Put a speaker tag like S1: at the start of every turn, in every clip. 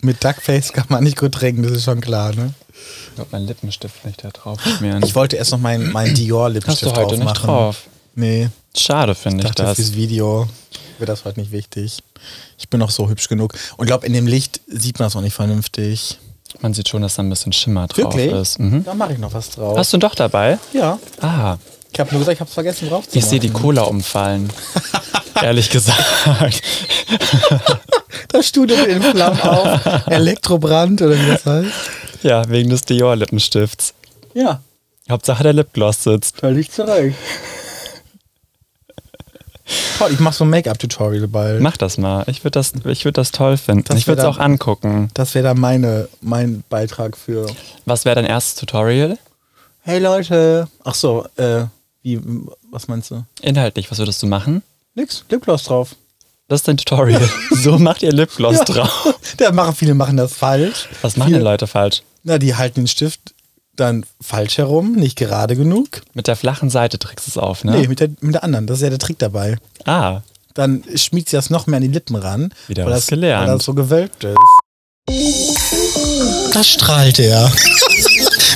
S1: mit Duckface kann man nicht gut trinken, das ist schon klar, ne?
S2: Ich glaube, mein Lippenstift nicht da drauf schmieren.
S1: Ich wollte erst noch meinen mein
S2: Hast
S1: Dior-Lippenstift
S2: du heute
S1: drauf
S2: nicht
S1: machen.
S2: drauf.
S1: Nee,
S2: Schade finde ich
S1: dachte,
S2: das.
S1: fürs Video wird das heute nicht wichtig. Ich bin noch so hübsch genug. Und glaube, in dem Licht sieht man es auch nicht vernünftig.
S2: Man sieht schon, dass da ein bisschen Schimmer drauf ist. Mhm.
S1: Da mache ich noch was drauf.
S2: Hast du ihn doch dabei?
S1: ja.
S2: Ah,
S1: Ich habe nur gesagt, ich habe es vergessen drauf zu
S2: ich sehe die
S1: machen.
S2: Cola umfallen. Ehrlich gesagt.
S1: Das Studio geht in Flammen auf. Elektrobrand oder wie das heißt.
S2: Ja, wegen des Dior-Lippenstifts.
S1: Ja,
S2: Hauptsache der Lipgloss sitzt.
S1: völlig zurück. Toll, ich mache so ein Make-up-Tutorial bald.
S2: Mach das mal. Ich würde das, ich würd das toll finden.
S1: Das
S2: ich würde es
S1: wär
S2: auch angucken.
S1: Das wäre dann meine, mein Beitrag für.
S2: Was wäre dein erstes Tutorial?
S1: Hey Leute! Ach so, äh, wie, was meinst du?
S2: Inhaltlich, was würdest du machen?
S1: Nix, Lipgloss drauf.
S2: Das ist dein Tutorial. so macht ihr Lipgloss
S1: Ja.
S2: drauf.
S1: Da machen viele machen das falsch.
S2: Was machen die
S1: Viele-
S2: Leute falsch?
S1: Na, die halten den Stift dann falsch herum, nicht gerade genug.
S2: Mit der flachen Seite trickst du es auf, ne?
S1: Nee, mit der, mit der anderen. Das ist ja der Trick dabei.
S2: Ah,
S1: Dann schmiegt sie das noch mehr an die Lippen ran.
S2: Wieder
S1: weil
S2: was
S1: das,
S2: gelernt.
S1: Weil das so gewölbt ist. Das strahlt er.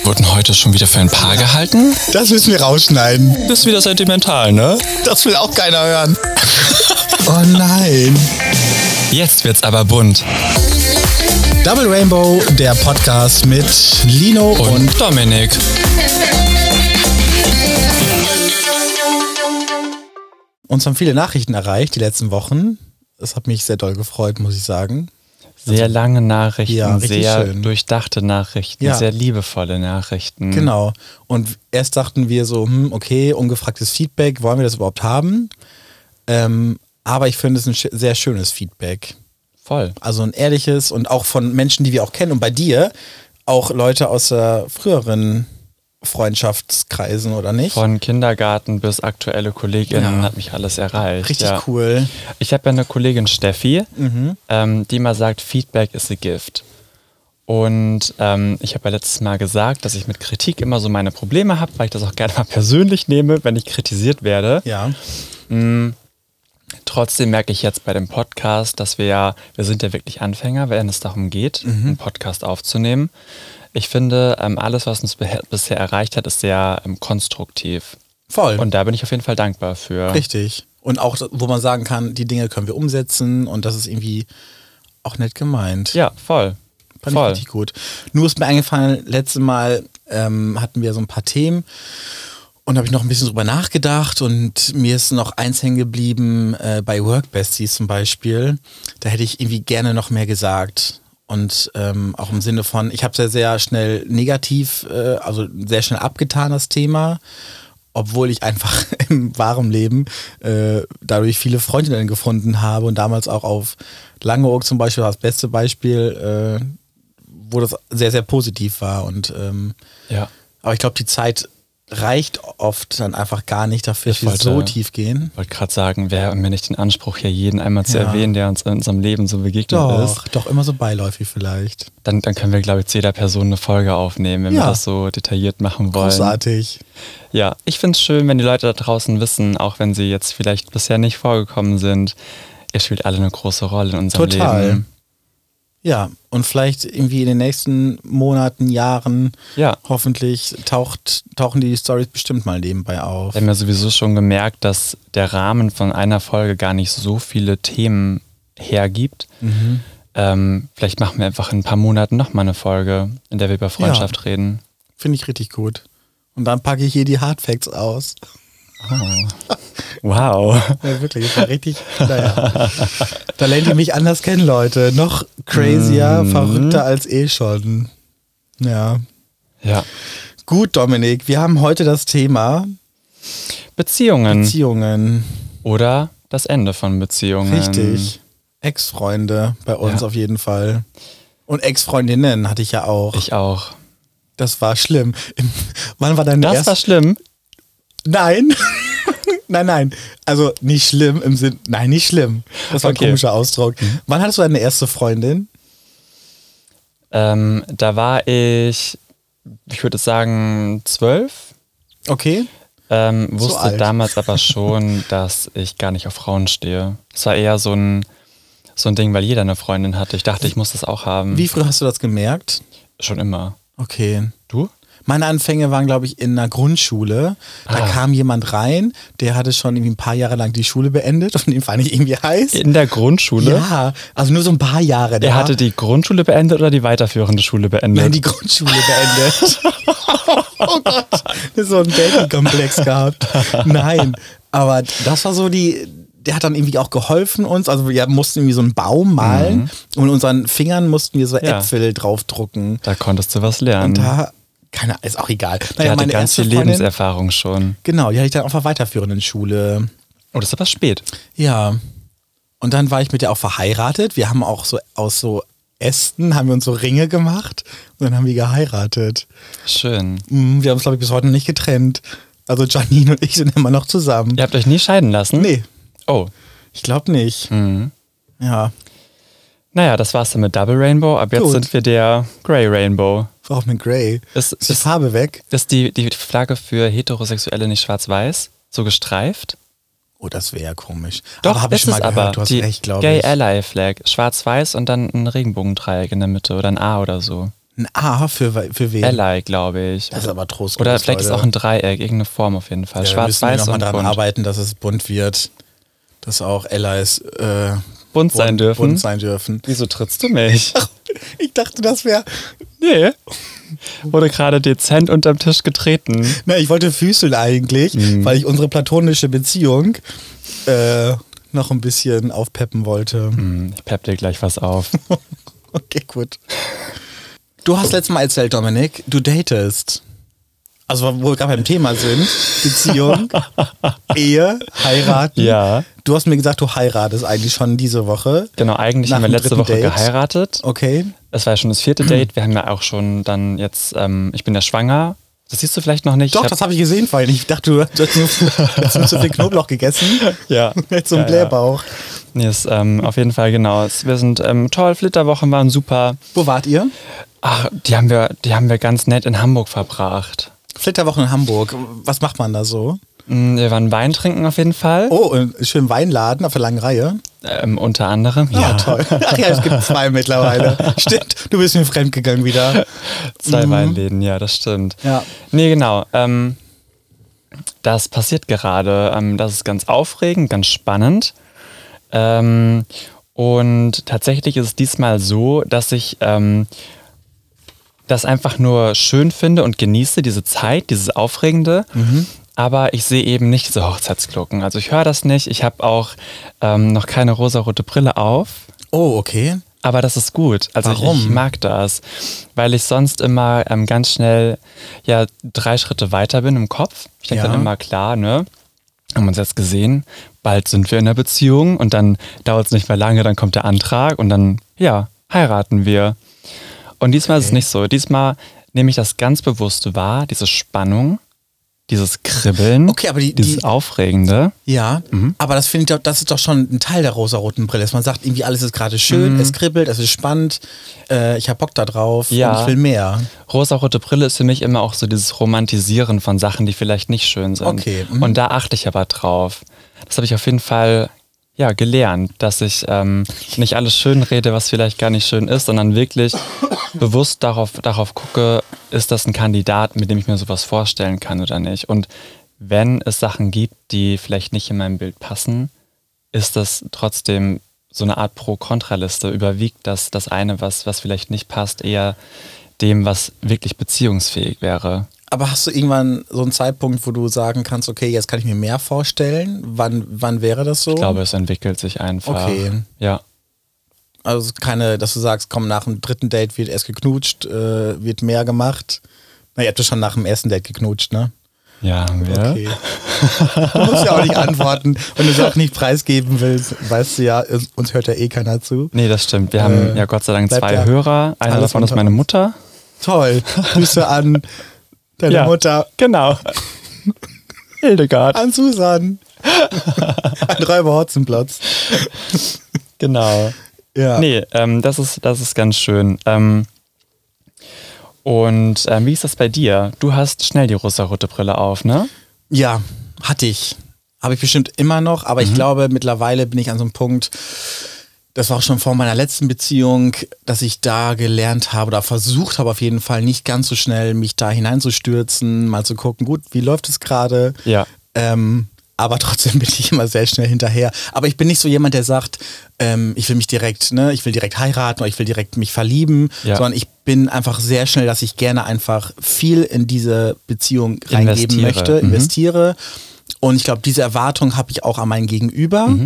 S2: wurden heute schon wieder für ein Paar gehalten?
S1: Das müssen wir rausschneiden.
S2: Das ist wieder sentimental, ne?
S1: Das will auch keiner hören. Oh nein.
S2: Jetzt wird's aber bunt.
S1: Double Rainbow, der Podcast mit Lino und
S2: Dominik.
S1: Uns haben viele Nachrichten erreicht die letzten Wochen. Das hat mich sehr doll gefreut, muss ich sagen.
S2: Sehr lange Nachrichten,
S1: Ja, richtig
S2: sehr
S1: schön.
S2: durchdachte Nachrichten,
S1: Ja.
S2: sehr liebevolle Nachrichten.
S1: Genau. Und erst dachten wir so, hm, okay, ungefragtes Feedback, wollen wir das überhaupt haben? Ähm, aber ich finde es ein sch- sehr schönes Feedback.
S2: Voll.
S1: Also ein ehrliches und auch von Menschen, die wir auch kennen. Und bei dir auch Leute aus der früheren Freundschaftskreisen, oder nicht?
S2: Von Kindergarten bis aktuelle Kolleginnen hat mich alles erreicht.
S1: Richtig
S2: ja.
S1: cool. Mhm.
S2: Ich habe ja eine Kollegin Steffi, ähm, die mal sagt, Feedback ist a gift. Und ähm, ich habe ja letztes Mal gesagt, dass ich mit Kritik immer so meine Probleme habe, weil ich das auch gerne mal persönlich nehme, wenn ich kritisiert werde.
S1: Ja.
S2: Trotzdem merke ich jetzt bei dem Podcast, dass wir ja, wir sind ja wirklich Anfänger, wenn es darum geht,
S1: Mhm.
S2: einen Podcast aufzunehmen. Ich finde, ähm, alles, was uns behe- bisher erreicht hat, ist sehr ähm, konstruktiv.
S1: Voll.
S2: Und da bin ich auf jeden Fall dankbar für.
S1: Richtig. Und auch, wo man sagen kann, die Dinge können wir umsetzen und das ist irgendwie auch nett gemeint.
S2: Ja, voll.
S1: Fand ich
S2: voll.
S1: richtig gut. Nur ist mir eingefallen, letztes Mal ähm, hatten wir so ein paar Themen und habe ich noch ein bisschen drüber nachgedacht und mir ist noch eins hängen geblieben äh, bei Workbesties zum Beispiel. Da hätte ich irgendwie gerne noch mehr gesagt. Und ähm, auch im Sinne von, ich habe sehr, sehr schnell negativ, äh, also sehr schnell abgetan, das Thema obwohl ich einfach im wahren Leben äh, dadurch viele Freundinnen gefunden habe und damals auch auf Langeoog zum Beispiel war das beste Beispiel, äh, wo das sehr, sehr positiv war. Und ähm,
S2: Ja.
S1: aber ich glaube, die Zeit reicht oft dann einfach gar nicht dafür, dass
S2: Ich
S1: wir
S2: wollte-
S1: so tief gehen.
S2: Ich wollte gerade sagen, wer haben wir nicht den Anspruch, hier jeden einmal zu
S1: Ja.
S2: erwähnen, der uns in unserem Leben so begegnet ist?
S1: Doch, doch immer so beiläufig vielleicht.
S2: Dann, dann können wir, glaube ich, zu jeder Person eine Folge aufnehmen, wenn wir
S1: Ja.
S2: das so detailliert machen wollen.
S1: Großartig.
S2: Ja, ich finde es schön, wenn die Leute da draußen wissen, auch wenn sie jetzt vielleicht bisher nicht vorgekommen sind, ihr spielt alle eine große Rolle in unserem
S1: Total.
S2: Leben.
S1: Ja, und vielleicht irgendwie in den nächsten Monaten, Jahren,
S2: Ja.
S1: hoffentlich taucht, tauchen die Stories bestimmt mal nebenbei auf.
S2: Wir haben ja sowieso schon gemerkt, dass der Rahmen von einer Folge gar nicht so viele Themen hergibt. Ähm, vielleicht machen wir einfach in ein paar Monaten nochmal eine Folge, in der wir über Freundschaft reden.
S1: Finde ich richtig gut. Und dann packe ich hier die Hardfacts aus.
S2: Wow.
S1: Ja, wirklich, das war richtig. Naja. Da lernt ihr mich anders kennen, Leute. Noch crazier,
S2: Mhm.
S1: verrückter als eh schon. Ja.
S2: Ja.
S1: Gut, Dominik, wir haben heute das Thema
S2: Beziehungen
S1: Beziehungen.
S2: oder das Ende von Beziehungen.
S1: Richtig. Ex-Freunde bei uns
S2: Ja.
S1: auf jeden Fall. Und Ex-Freundinnen hatte ich ja auch.
S2: Ich auch.
S1: das war schlimm. Im- Wann war deine
S2: Das
S1: erste?
S2: war schlimm.
S1: Nein. nein, nein. Also nicht schlimm im Sinn. Nein, nicht schlimm. Das war
S2: Okay. Mhm.
S1: ein komischer Ausdruck. Wann hattest du deine erste Freundin?
S2: Ähm, da war ich, ich würde sagen, zwölf.
S1: Okay.
S2: Ähm, wusste
S1: alt.
S2: damals aber schon, dass ich gar nicht auf Frauen stehe. Es war eher so ein, so ein Ding, weil jeder eine Freundin hatte. Ich dachte, ich muss das auch haben.
S1: Wie früh hast du das gemerkt?
S2: Schon immer.
S1: Okay.
S2: Du?
S1: Meine Anfänge waren, glaube ich, in einer Grundschule. Da
S2: Ah.
S1: kam jemand rein, der hatte schon irgendwie ein paar Jahre lang die Schule beendet und den fand ich irgendwie heiß.
S2: In der Grundschule?
S1: Ja, also nur so ein paar Jahre. Der
S2: Er
S1: war-
S2: hatte die Grundschule beendet oder die weiterführende Schule beendet?
S1: Nein, die Grundschule beendet. oh Gott, so ein Baby-Komplex gehabt. Nein, aber das war so die, der hat dann irgendwie auch geholfen uns. Also wir mussten irgendwie so einen Baum malen und mit unseren Fingern mussten wir so
S2: Mhm. Ja.
S1: Äpfel draufdrucken.
S2: da konntest du was lernen.
S1: Da, keine ist auch egal.
S2: der hatte ganz
S1: erste
S2: viel
S1: Freundin-
S2: Lebenserfahrung schon.
S1: Genau, die hatte ich dann auf der weiterführenden Schule.
S2: Oh, das ist aber spät.
S1: Ja. Und dann war ich mit der auch verheiratet. Wir haben auch so aus so Ästen haben wir uns so Ringe gemacht und dann haben wir geheiratet.
S2: Schön.
S1: Mm, Wir haben uns, glaube ich, bis heute noch nicht getrennt. Also Janine und ich sind immer noch zusammen.
S2: Ihr habt euch nie scheiden lassen?
S1: Nee,
S2: Oh.
S1: ich glaube nicht.
S2: Mhm.
S1: Ja,
S2: Naja, das war's dann mit Double Rainbow. Ab jetzt
S1: Gut.
S2: sind wir der Grey Rainbow.
S1: warum mit Grey?
S2: Ist,
S1: Ist die
S2: ist,
S1: Farbe weg?
S2: ist die, die Flagge für Heterosexuelle nicht schwarz-weiß? So gestreift?
S1: Oh, das wäre ja komisch.
S2: Doch,
S1: aber hab ich
S2: ist
S1: schon mal
S2: es
S1: gehört.
S2: aber.
S1: du hast
S2: die
S1: recht, glaube
S2: Gay
S1: ich.
S2: Ally Flag. Schwarz-weiß und dann ein Regenbogendreieck in der Mitte oder ein A oder so.
S1: Ein A für, we- für wen?
S2: Ally, glaube ich.
S1: Das ist aber trostlos.
S2: Oder vielleicht ist
S1: Leute.
S2: auch ein Dreieck, irgendeine Form auf jeden Fall.
S1: ja, Da
S2: Schwarz-weiß
S1: müssen wir
S2: und
S1: nochmal daran
S2: bunt.
S1: arbeiten, dass es bunt wird. Dass auch Allies äh,
S2: Bunt sein dürfen.
S1: bunt sein dürfen.
S2: Wieso trittst du mich?
S1: Ich dachte, das wäre...
S2: nee. Wurde gerade dezent unterm Tisch getreten.
S1: Na, ich wollte füßeln eigentlich,
S2: Mhm.
S1: weil ich unsere platonische Beziehung äh, noch ein bisschen aufpeppen wollte.
S2: Hm, Ich pepp dir gleich was auf.
S1: Okay, gut. Du hast letztes Mal erzählt, Dominik, du datest. Also, wo wir gerade beim Thema sind: Beziehung, Ehe, heiraten.
S2: Ja.
S1: Du hast mir gesagt, du heiratest eigentlich schon diese Woche.
S2: Genau, eigentlich
S1: Nach
S2: haben wir
S1: dem
S2: letzte
S1: dritten
S2: Woche
S1: Date?
S2: geheiratet.
S1: Okay.
S2: Das war ja schon das vierte Date. Wir haben ja auch schon dann jetzt, ähm, ich bin ja schwanger. Das siehst du vielleicht noch nicht.
S1: Doch,
S2: ich hab-
S1: das habe ich gesehen vorhin. Ich dachte, du hast nur hast nur zu viel Knoblauch gegessen.
S2: Ja.
S1: Mit so einem
S2: Ja, ja.
S1: Blähbauch.
S2: Nee, ist, ähm, auf jeden Fall, genau. Es- Wir sind ähm, toll, Flitterwochen waren super.
S1: Wo wart ihr?
S2: Ach, die haben wir, die haben wir ganz nett in Hamburg verbracht.
S1: Flitterwochen in Hamburg. Was macht man da so?
S2: Mm, Wir waren Wein trinken auf jeden Fall.
S1: Oh, im schönen Weinladen auf der langen Reihe.
S2: Ähm, unter anderem.
S1: Ja, Ah, toll. Ach ja, es gibt zwei mittlerweile. Stimmt, du bist mir fremdgegangen wieder.
S2: Zwei Weinläden, ja, das stimmt.
S1: Ja.
S2: Nee, genau. Ähm, das passiert gerade. Ähm, das ist ganz aufregend, ganz spannend. Ähm, und tatsächlich ist es diesmal so, dass ich ähm, das einfach nur schön finde und genieße, diese Zeit, dieses Aufregende. Aber ich sehe eben nicht diese Hochzeitsglocken. Also ich höre das nicht. Ich habe auch ähm, noch keine rosarote Brille auf.
S1: Oh, okay.
S2: Aber das ist gut. Also ich, ich
S1: Warum?
S2: mag das, weil ich sonst immer ähm, ganz schnell ja drei Schritte weiter bin im Kopf. Ich denke
S1: Ja.
S2: dann immer, klar, ne? Haben uns jetzt gesehen, bald sind wir in einer Beziehung und dann dauert es nicht mehr lange, dann kommt der Antrag und dann, ja, heiraten wir. Und diesmal ist es nicht so. Diesmal nehme ich das ganz bewusst wahr, diese Spannung, dieses Kribbeln,
S1: Okay, aber die-
S2: dieses
S1: die-
S2: Aufregende.
S1: Ja,
S2: Mhm.
S1: aber das finde ich, doch- das ist doch schon ein Teil der rosaroten Brille, dass man sagt, irgendwie alles ist gerade schön,
S2: Mhm.
S1: es kribbelt, es ist spannend, äh, ich hab Bock da drauf
S2: Ja.
S1: und ich will mehr.
S2: Rosarote Brille ist für mich immer auch so dieses Romantisieren von Sachen, die vielleicht nicht schön sind.
S1: Okay, mhm.
S2: Und da achte ich aber drauf. Das habe ich auf jeden Fall ja, gelernt, dass ich ähm, nicht alles schön rede, was vielleicht gar nicht schön ist, sondern wirklich bewusst darauf, darauf gucke, ist das ein Kandidat, mit dem ich mir sowas vorstellen kann oder nicht. Und wenn es Sachen gibt, die vielleicht nicht in meinem Bild passen, ist das trotzdem so eine Art Pro-Kontra-Liste? Überwiegt das das eine, was, was vielleicht nicht passt, eher dem, was wirklich beziehungsfähig wäre?
S1: Aber hast du irgendwann so einen Zeitpunkt, wo du sagen kannst, okay, jetzt kann ich mir mehr vorstellen? Wann, wann wäre das so?
S2: Ich glaube, es entwickelt sich einfach.
S1: Oh. Okay.
S2: Ja.
S1: Also keine, dass du sagst, komm, nach dem dritten Date wird erst geknutscht, äh, wird mehr gemacht. Na, ihr habt ja schon nach dem ersten Date geknutscht, ne?
S2: Ja, haben wir.
S1: Okay. Du musst ja auch nicht antworten. Wenn du es auch nicht preisgeben willst, weißt du ja, es- uns hört ja eh keiner zu.
S2: Nee, das stimmt. Wir haben
S1: Äh,
S2: ja Gott sei Dank
S1: bleibt
S2: zwei
S1: ja
S2: Hörer. Einer
S1: alles
S2: davon ist
S1: unter
S2: meine Mutter.
S1: Toll. Grüße an deine
S2: Ja.
S1: Mutter,
S2: Genau. Hildegard.
S1: an Susan, an Räuber Hotzenplatz.
S2: Genau.
S1: Ja.
S2: Nee, ähm, das, ist, das ist ganz schön. Ähm, und ähm, wie ist das bei dir? Du hast schnell die rosarote Brille auf, ne?
S1: ja, hatte ich. Habe ich bestimmt immer noch, aber ich glaube, mittlerweile bin ich an so einem Punkt, das war auch schon vor meiner letzten Beziehung, dass ich da gelernt habe oder versucht habe auf jeden Fall nicht ganz so schnell mich da hineinzustürzen, mal zu gucken, gut, wie läuft es gerade?
S2: Ja.
S1: Ähm, aber trotzdem bin ich immer sehr schnell hinterher. Aber ich bin nicht so jemand, der sagt, ähm, ich will mich direkt, ne, ich will direkt heiraten oder ich will direkt mich verlieben,
S2: Ja.
S1: sondern ich bin einfach sehr schnell, dass ich gerne einfach viel in diese Beziehung reingeben
S2: Investiere.
S1: möchte,
S2: Mhm.
S1: investiere. Und ich glaube, diese Erwartung habe ich auch an mein Gegenüber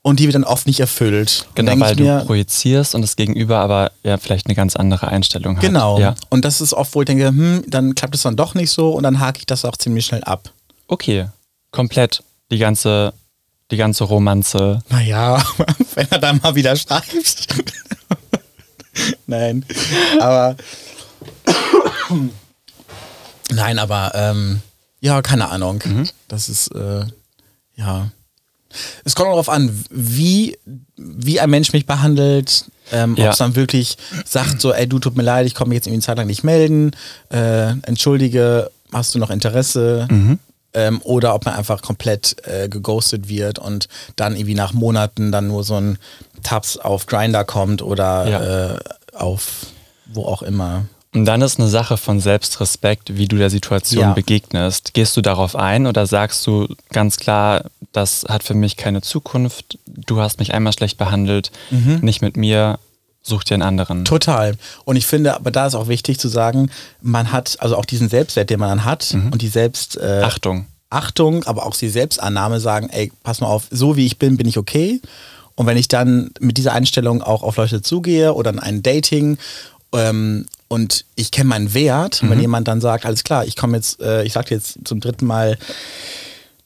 S1: und die wird dann oft nicht erfüllt. Und
S2: Mhm. Genau,
S1: denk ich
S2: weil du
S1: mir,
S2: projizierst und das Gegenüber aber ja vielleicht eine ganz andere Einstellung hat.
S1: Genau.
S2: Ja.
S1: Und das ist oft, wo ich denke, hm, dann klappt es dann doch nicht so und dann hake ich das auch ziemlich schnell ab.
S2: Okay, komplett die ganze, die ganze Romanze.
S1: Naja, wenn er dann mal wieder schreibt. Nein, aber. Nein, aber ähm, ja, keine Ahnung. Das ist, äh, ja. Es kommt auch darauf an, wie, wie ein Mensch mich behandelt. Ähm,
S2: Ja.
S1: Ob es dann wirklich sagt, so, ey, du tut mir leid, ich komme jetzt irgendwie eine Zeit lang nicht melden. Äh, entschuldige, hast du noch Interesse? Ähm, oder ob man einfach komplett äh, geghostet wird und dann irgendwie nach Monaten dann nur so ein Tabs auf Grinder kommt oder
S2: Ja.
S1: äh, auf wo auch immer.
S2: Und dann ist eine Sache von Selbstrespekt, wie du der Situation
S1: Ja.
S2: begegnest. Gehst du darauf ein oder sagst du ganz klar, das hat für mich keine Zukunft, du hast mich einmal schlecht behandelt,
S1: Mhm.
S2: nicht mit mir, such dir einen anderen.
S1: Total. Und ich finde, aber da ist auch wichtig zu sagen, man hat also auch diesen Selbstwert, den man dann hat und die Selbst äh,
S2: Achtung.
S1: Achtung, aber auch die Selbstannahme sagen, ey, pass mal auf, so wie ich bin, bin ich okay. Und wenn ich dann mit dieser Einstellung auch auf Leute zugehe oder in ein Dating ähm, und ich kenne meinen Wert, und wenn jemand dann sagt, alles klar, ich komme jetzt, äh, ich sag dir jetzt zum dritten Mal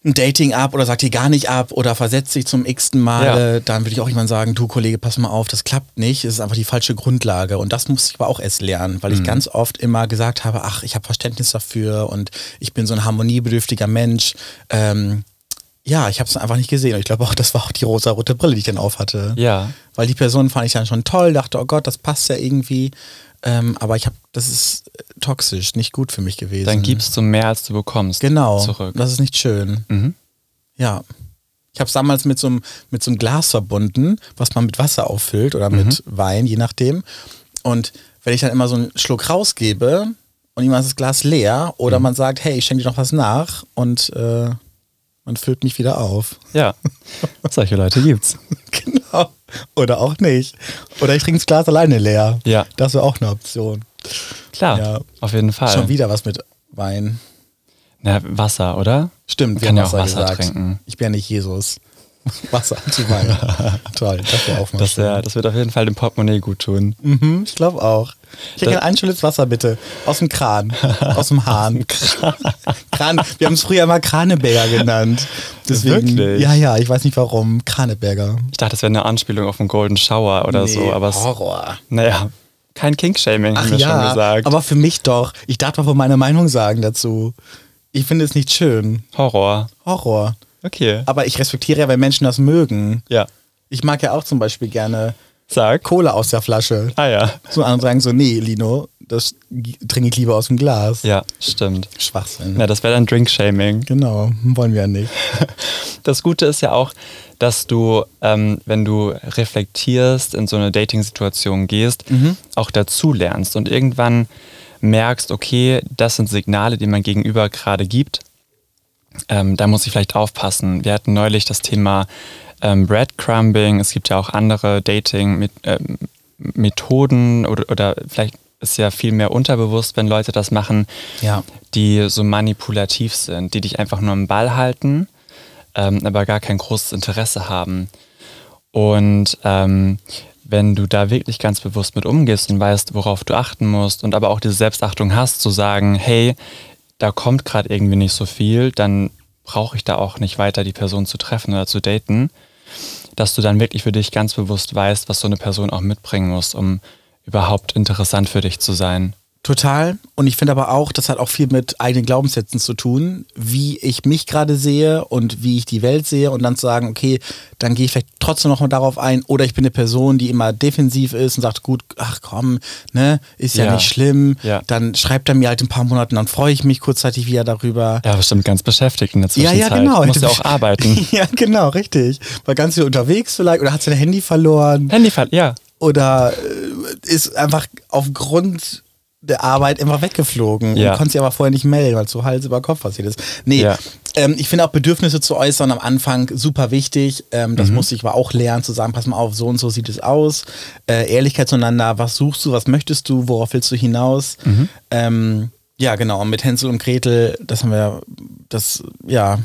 S1: ein Dating ab oder sagt dir gar nicht ab oder versetzt dich zum x-ten Mal, dann würde ich auch jemand sagen, du Kollege, pass mal auf, das klappt nicht, es ist einfach die falsche Grundlage. Und das musste ich aber auch erst lernen,
S2: Mhm.
S1: weil ich ganz oft immer gesagt habe, ach, ich habe Verständnis dafür und ich bin so ein harmoniebedürftiger Mensch. Ähm, ja, ich habe es einfach nicht gesehen. Und ich glaube auch, das war auch die rosa-rote Brille, die ich dann auf hatte.
S2: Ja.
S1: Weil die Person fand ich dann schon toll, dachte, oh Gott, das passt ja irgendwie. Ähm, aber ich habe, das ist äh, toxisch, nicht gut für mich gewesen.
S2: Dann gibst du mehr, als du bekommst.
S1: Genau.
S2: Zurück. Mhm.
S1: Das ist nicht schön. Ja. Ich habe es damals mit so, einem, mit so einem Glas verbunden, was man mit Wasser auffüllt oder mit
S2: Mhm.
S1: Wein, je nachdem. Und wenn ich dann immer so einen Schluck rausgebe und jemand ist das Glas leer oder
S2: Mhm.
S1: man sagt, hey, ich schenke dir noch was nach und äh, man füllt mich wieder auf.
S2: Ja. Solche Leute gibt's.
S1: genau. Oder auch nicht. Oder ich trinke das Glas alleine leer.
S2: Ja.
S1: Das wäre auch eine Option.
S2: Klar,
S1: Ja.
S2: auf jeden Fall.
S1: Schon wieder was mit Wein.
S2: Na, Wasser, oder?
S1: Stimmt, wir
S2: Kann
S1: haben
S2: ja auch
S1: Wasser,
S2: Wasser
S1: gesagt.
S2: trinken.
S1: Ich bin ja nicht Jesus. Wasser zu Wein. Toll, das wäre auch mal
S2: Das,
S1: schön.
S2: wär, das wird auf jeden Fall dem Portemonnaie gut tun.
S1: Mhm, ich glaube auch. Ich hätte
S2: Da-
S1: gerne ein Schluss Wasser, bitte. Aus dem Kran. Aus dem Hahn. Kran. Wir haben es früher immer Kraneberger genannt. Deswegen,
S2: Wirklich?
S1: Ja, ja, ich weiß nicht warum. Kraneberger.
S2: Ich dachte, das wäre eine Anspielung auf einen Golden Shower oder so, aber es,
S1: Horror.
S2: naja, kein King-Shaming,
S1: Ach
S2: haben wir schon
S1: ja,
S2: gesagt.
S1: aber für mich doch. Ich darf doch wohl meine Meinung sagen dazu. Ich finde es nicht schön.
S2: Horror.
S1: Horror.
S2: Okay.
S1: Aber ich respektiere ja, wenn Menschen das mögen.
S2: ja.
S1: Ich mag ja auch zum Beispiel gerne
S2: Sag.
S1: Cola aus der Flasche.
S2: Ah ja.
S1: So andere sagen so, nee, Lino, das g- trinke ich lieber aus dem Glas.
S2: Ja, stimmt.
S1: Schwachsinn.
S2: Na, das wäre dann Drink-Shaming.
S1: Genau, wollen wir ja nicht.
S2: Das Gute ist ja auch, dass du, ähm, wenn du reflektierst, in so eine Dating-Situation gehst, auch dazu lernst und irgendwann merkst, okay, das sind Signale, die mein Gegenüber gerade gibt. Ähm, da muss ich vielleicht aufpassen. Wir hatten neulich das Thema ähm, Breadcrumbing. Es gibt ja auch andere Dating-Methoden oder, oder vielleicht ist ja viel mehr unterbewusst, wenn Leute das machen,
S1: Ja.
S2: die so manipulativ sind, die dich einfach nur am Ball halten ähm, aber gar kein großes Interesse haben. Und ähm, wenn du da wirklich ganz bewusst mit umgehst und weißt, worauf du achten musst und aber auch diese Selbstachtung hast, zu sagen, hey, da kommt gerade irgendwie nicht so viel, dann brauche ich da auch nicht weiter die Person zu treffen oder zu daten, dass du dann wirklich für dich ganz bewusst weißt, was so eine Person auch mitbringen muss, um überhaupt interessant für dich zu sein.
S1: Total. Und ich finde aber auch, das hat auch viel mit eigenen Glaubenssätzen zu tun, wie ich mich gerade sehe und wie ich die Welt sehe und dann zu sagen, okay, dann gehe ich vielleicht trotzdem noch mal darauf ein oder ich bin eine Person, die immer defensiv ist und sagt, gut, ach komm, ne, ist ja,
S2: Ja.
S1: nicht schlimm.
S2: Ja.
S1: Dann schreibt er mir halt in ein paar Monaten, dann freue ich mich kurzzeitig wieder darüber.
S2: Ja, bestimmt ganz beschäftigt in der
S1: Ja,
S2: Zwischenzeit.
S1: ja, genau.
S2: Muss ja auch arbeiten.
S1: ja, genau, richtig. War ganz viel unterwegs vielleicht oder hat sein Handy verloren
S2: Handyfall, ja.
S1: oder äh, ist einfach aufgrund der Arbeit immer weggeflogen
S2: Ja.
S1: und konnte sich aber vorher nicht melden, weil zu Hals über Kopf passiert ist. Nee,
S2: Ja.
S1: ähm, ich finde auch Bedürfnisse zu äußern am Anfang super wichtig. Ähm,
S2: Mhm.
S1: das musste ich aber auch lernen, zu sagen, pass mal auf, so und so sieht es aus. Äh, Ehrlichkeit zueinander, was suchst du, was möchtest du, worauf willst du hinaus?
S2: Mhm.
S1: Ähm, ja, genau, und mit Hänsel und Gretel, das haben wir, das, ja,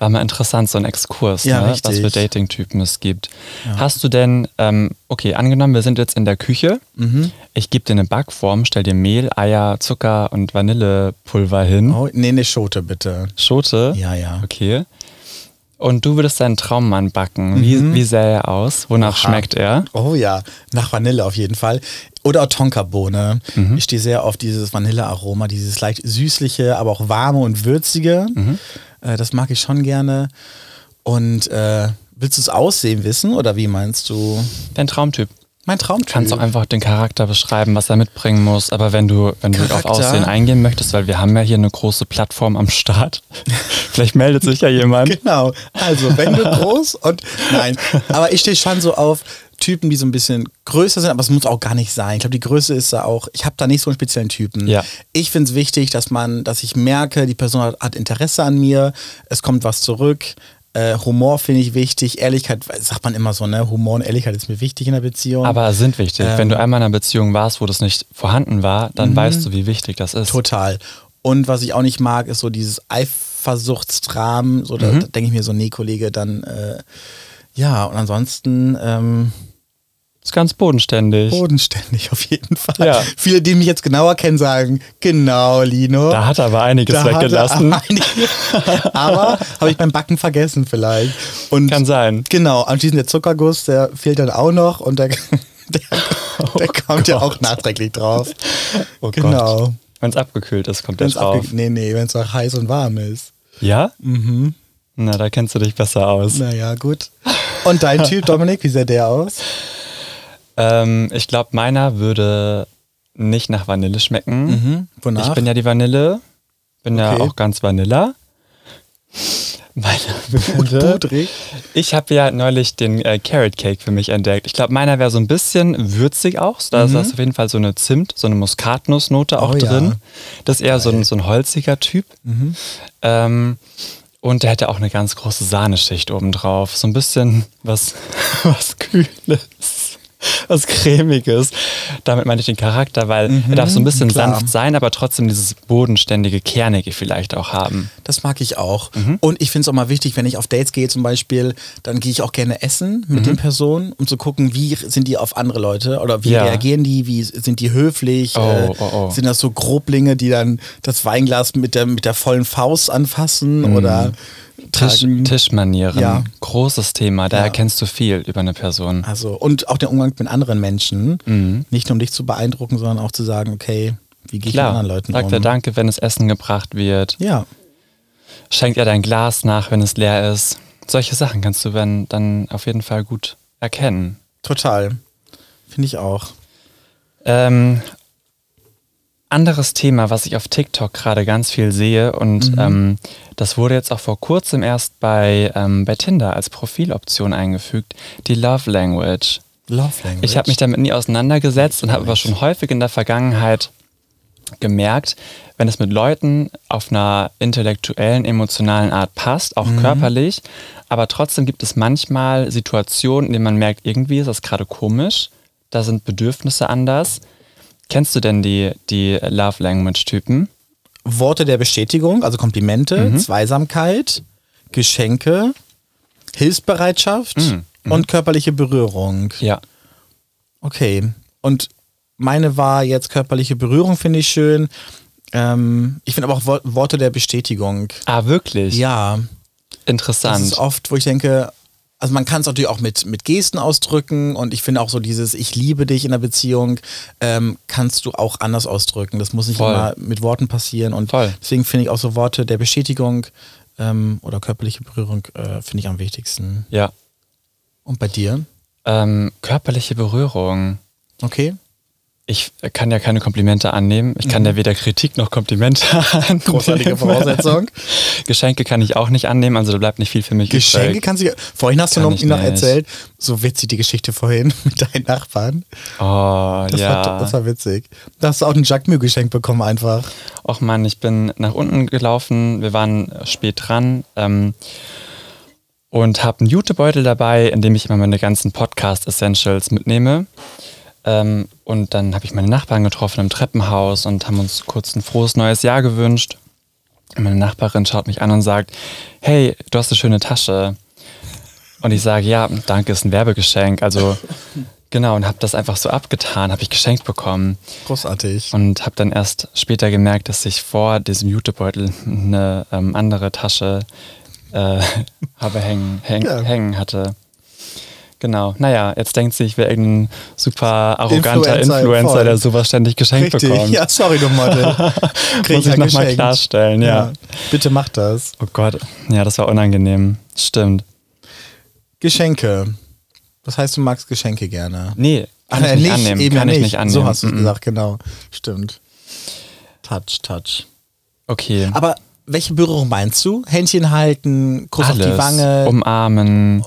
S2: War mal interessant, so ein Exkurs,
S1: Ja,
S2: ne? was
S1: richtig.
S2: für Dating-Typen es gibt. Hast du denn, ähm, okay, angenommen, wir sind jetzt in der Küche,
S1: Mhm.
S2: ich gebe dir eine Backform, stell dir Mehl, Eier, Zucker und Vanillepulver hin.
S1: oh, nee, eine Schote bitte.
S2: Schote?
S1: Ja, ja.
S2: Okay. Und du würdest deinen Traummann backen.
S1: Mhm.
S2: Wie, wie sähe er aus? Wonach schmeckt er?
S1: Oh ja, nach Vanille auf jeden Fall. Oder auch Tonkabohne. Ich stehe sehr auf dieses Vanillearoma, dieses leicht süßliche, aber auch warme und würzige. Äh, das mag ich schon gerne. Und äh, willst du es aussehen wissen oder wie meinst du?
S2: Dein Traumtyp.
S1: Mein Traumtyp.
S2: Kannst du einfach den Charakter beschreiben, was er mitbringen muss. Aber wenn du, wenn du auf
S1: Charakter?
S2: Aussehen eingehen möchtest, weil wir haben ja hier eine große Plattform am Start. Vielleicht meldet sich ja jemand.
S1: Genau. Also, wenn du groß und nein. Aber ich stehe schon so auf Typen, die so ein bisschen größer sind, aber es muss auch gar nicht sein. Ich glaube, die Größe ist da auch, ich habe da nicht so einen speziellen Typen.
S2: Ja.
S1: Ich finde es wichtig, dass man, dass ich merke, die Person hat, hat Interesse an mir, es kommt was zurück. Äh, Humor finde ich wichtig, Ehrlichkeit, sagt man immer so, ne? Humor und Ehrlichkeit ist mir wichtig in der Beziehung.
S2: Aber sind wichtig. Wenn
S1: Ähm.
S2: du einmal in einer Beziehung warst, wo das nicht vorhanden war, dann
S1: Mhm.
S2: weißt du, wie wichtig das ist.
S1: Total. Und was ich auch nicht mag, ist so dieses Eifersuchtstrahmen. So, da,
S2: Mhm.
S1: da denke ich mir so, nee, Kollege, dann äh, ja, und ansonsten ähm,
S2: Ist ganz bodenständig.
S1: bodenständig auf jeden Fall.
S2: Ja.
S1: Viele, die mich jetzt genauer kennen, sagen, genau, Lino.
S2: Da hat er aber einiges
S1: Da hat er
S2: weggelassen.
S1: aber einige- Aber habe ich beim Backen vergessen vielleicht. Und
S2: Kann sein.
S1: Genau, anschließend der Zuckerguss, der fehlt dann auch noch und der, der, der kommt ja auch nachträglich drauf.
S2: Oh
S1: Genau.
S2: Wenn es abgekühlt ist, kommt er
S1: Wenn's
S2: drauf.
S1: abge- nee, nee, wenn es auch heiß und warm ist. Mhm.
S2: Ja? Na, da kennst du dich besser aus.
S1: Naja, gut. Und dein Typ, Dominik, wie sah der aus?
S2: Ähm, ich glaube, meiner würde nicht nach Vanille schmecken.
S1: Mhm. Wonach?
S2: Ich bin ja die Vanille. Bin ja
S1: Okay.
S2: auch ganz Vanilla. Meiner würde.
S1: pudrig.
S2: Ich habe ja neulich den äh, Carrot Cake für mich entdeckt. Ich glaube, meiner wäre so ein bisschen würzig auch. Da ist auf jeden Fall so eine Zimt, so eine Muskatnussnote auch
S1: Mhm. Oh ja. Mhm.
S2: drin. Das ist eher so ein, so ein holziger Typ. Ähm, und der hätte auch eine ganz große Sahneschicht obendrauf. So ein bisschen was, was Kühles, was Cremiges. Damit meine ich den Charakter, weil er darf so ein bisschen
S1: Mhm, klar.
S2: sanft sein, aber trotzdem dieses bodenständige, kernige vielleicht auch haben.
S1: Das mag ich auch.
S2: Mhm.
S1: Und ich finde es auch mal wichtig, wenn ich auf Dates gehe zum Beispiel, dann gehe ich auch gerne essen mit
S2: Mhm.
S1: den Personen, um zu gucken, wie sind die auf andere Leute oder wie
S2: Ja.
S1: reagieren die, wie sind die höflich,
S2: Oh,
S1: äh,
S2: oh, oh.
S1: sind das so Groblinge, die dann das Weinglas mit der, mit der vollen Faust anfassen
S2: Mhm.
S1: oder
S2: Tisch,
S1: tragen.
S2: Tischmanieren,
S1: Ja.
S2: großes Thema. Da
S1: Ja.
S2: erkennst du viel über eine Person.
S1: Also, und auch den Umgang mit anderen Menschen.
S2: Mhm.
S1: Nicht nur um dich zu beeindrucken, sondern auch zu sagen, okay, wie gehe ich mit
S2: Klar,
S1: anderen Leuten
S2: sagt
S1: um?
S2: er Danke, wenn es Essen gebracht wird.
S1: Ja,
S2: Schenkt er dein Glas nach, wenn es leer ist. Solche Sachen kannst du wenn, dann auf jeden Fall gut erkennen.
S1: total. Finde ich auch.
S2: Ähm, anderes Thema, was ich auf TikTok gerade ganz viel sehe
S1: Mhm.
S2: und ähm, das wurde jetzt auch vor kurzem erst bei, ähm, bei Tinder als Profiloption eingefügt, die Love Language.
S1: Love Language.
S2: Ich habe mich damit nie auseinandergesetzt und habe aber schon häufig in der Vergangenheit gemerkt, wenn es mit Leuten auf einer intellektuellen, emotionalen Art passt,
S1: Mhm.
S2: auch körperlich, aber trotzdem gibt es manchmal Situationen, in denen man merkt, irgendwie ist das gerade komisch, da sind Bedürfnisse anders. Kennst du denn die, die Love Language-Typen?
S1: Worte der Bestätigung, also Komplimente, Zweisamkeit, Geschenke, Hilfsbereitschaft und körperliche Berührung.
S2: Ja.
S1: Okay. Und meine war jetzt körperliche Berührung, finde ich schön. Ähm, ich finde aber auch Wor- Worte der Bestätigung.
S2: Ah, wirklich?
S1: Ja, das
S2: Interessant.
S1: ist oft, wo ich denke, Also man kann es natürlich auch mit, mit Gesten ausdrücken und ich finde auch so dieses Ich liebe dich in der Beziehung ähm, kannst du auch anders ausdrücken. Das muss nicht
S2: Voll.
S1: immer mit Worten passieren und
S2: Voll.
S1: deswegen finde ich auch so Worte der Bestätigung ähm, oder körperliche Berührung äh, finde ich am wichtigsten.
S2: Ja.
S1: Und bei dir?
S2: Ähm, körperliche Berührung.
S1: Okay.
S2: Ich kann ja keine Komplimente annehmen. Ich kann ja weder Kritik noch Komplimente annehmen.
S1: Mhm. Großartige Voraussetzung.
S2: Geschenke kann ich auch nicht annehmen, also da bleibt nicht viel für mich
S1: Geschenke
S2: übrig.
S1: kannst du. Vorhin hast du
S2: Kann
S1: noch,
S2: ich
S1: noch
S2: nicht.
S1: erzählt, so witzig die Geschichte vorhin mit deinen Nachbarn.
S2: Oh,
S1: Das,
S2: ja.
S1: war, das war witzig. Da hast du auch ein Jacques Mue geschenkt bekommen, einfach.
S2: Och Mann, ich bin nach unten gelaufen, wir waren spät dran ähm, und habe einen Jutebeutel dabei, in dem ich immer meine ganzen Podcast Essentials mitnehme. Ähm, und dann habe ich meine Nachbarn getroffen im Treppenhaus und haben uns kurz ein frohes neues Jahr gewünscht. Und meine Nachbarin schaut mich an und sagt, hey, du hast eine schöne Tasche. Und ich sage, ja, danke, ist ein Werbegeschenk. Also genau, und habe das einfach so abgetan, habe ich geschenkt bekommen.
S1: Großartig.
S2: Und habe dann erst später gemerkt, dass ich vor diesem Jutebeutel eine ähm, andere Tasche äh, habe hängen, häng,
S1: Ja.
S2: hängen hatte. Genau. Naja, jetzt denkt sie, ich wäre irgendein super arroganter
S1: Influencer,
S2: Influencer,
S1: voll.
S2: der sowas ständig geschenkt
S1: Richtig.
S2: bekommt.
S1: Ja, sorry, du Model. Krieg
S2: Muss ich noch mal klarstellen, ja.
S1: Bitte mach das.
S2: Oh Gott, ja, das war unangenehm. Stimmt.
S1: Geschenke. Das heißt, du magst Geschenke gerne.
S2: Nee, kann
S1: Ach,
S2: ich nicht,
S1: Äh, nicht,
S2: annehmen.
S1: eben
S2: Kann ich
S1: nicht.
S2: nicht annehmen.
S1: So hast du es
S2: Mm-mm.
S1: gesagt, genau. Stimmt. Touch, touch.
S2: Okay.
S1: Aber welche Berührung meinst du? Händchen halten, Kuss auf die
S2: Alles. Um
S1: Wange.
S2: Umarmen.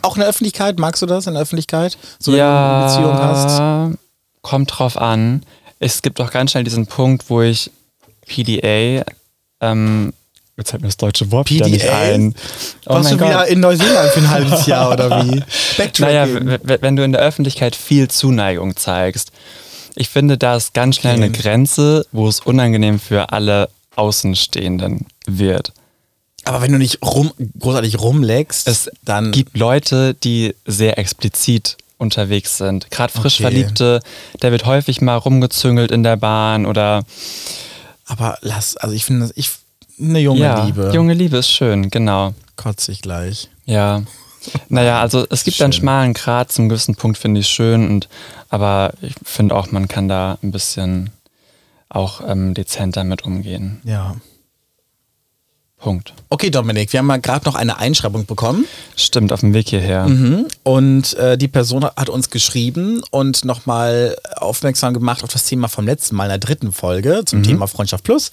S1: Auch in der Öffentlichkeit, magst du das in der Öffentlichkeit? So wenn du eine
S2: ja,
S1: Beziehung hast.
S2: Kommt drauf an. Es gibt auch ganz schnell diesen Punkt, wo ich PDA, ähm, jetzt fällt mir das deutsche Wort PDA? wieder nicht
S1: PDA?
S2: ein. Oh
S1: Warst
S2: mein
S1: du wieder
S2: Gott.
S1: in Neuseeland für ein halbes Jahr oder wie? Backtracking.
S2: Naja, w- w- wenn du in der Öffentlichkeit viel Zuneigung zeigst, ich finde, da ist ganz schnell eine
S1: Okay.
S2: Grenze, wo es unangenehm für alle Außenstehenden wird.
S1: Aber wenn du nicht rum, großartig rumleckst,
S2: Es
S1: dann
S2: gibt Leute, die sehr explizit unterwegs sind. Gerade frisch
S1: Okay.
S2: Verliebte, der wird häufig mal rumgezüngelt in der Bahn oder
S1: aber lass, also ich finde das, ich eine junge
S2: ja,
S1: Liebe.
S2: Junge Liebe ist schön, genau.
S1: Kotze ich gleich.
S2: Ja. Naja, also es gibt einen
S1: Schön.
S2: schmalen Grat, zum gewissen Punkt finde ich schön, und, aber ich finde auch, man kann da ein bisschen auch ähm, dezent damit umgehen.
S1: Ja.
S2: Punkt.
S1: Okay, Dominik, wir haben mal gerade noch eine Einschreibung bekommen.
S2: Stimmt, auf dem Weg hierher.
S1: Mhm. Und äh, die Person hat uns geschrieben und nochmal aufmerksam gemacht auf das Thema vom letzten Mal in der dritten Folge zum Thema Freundschaft Plus.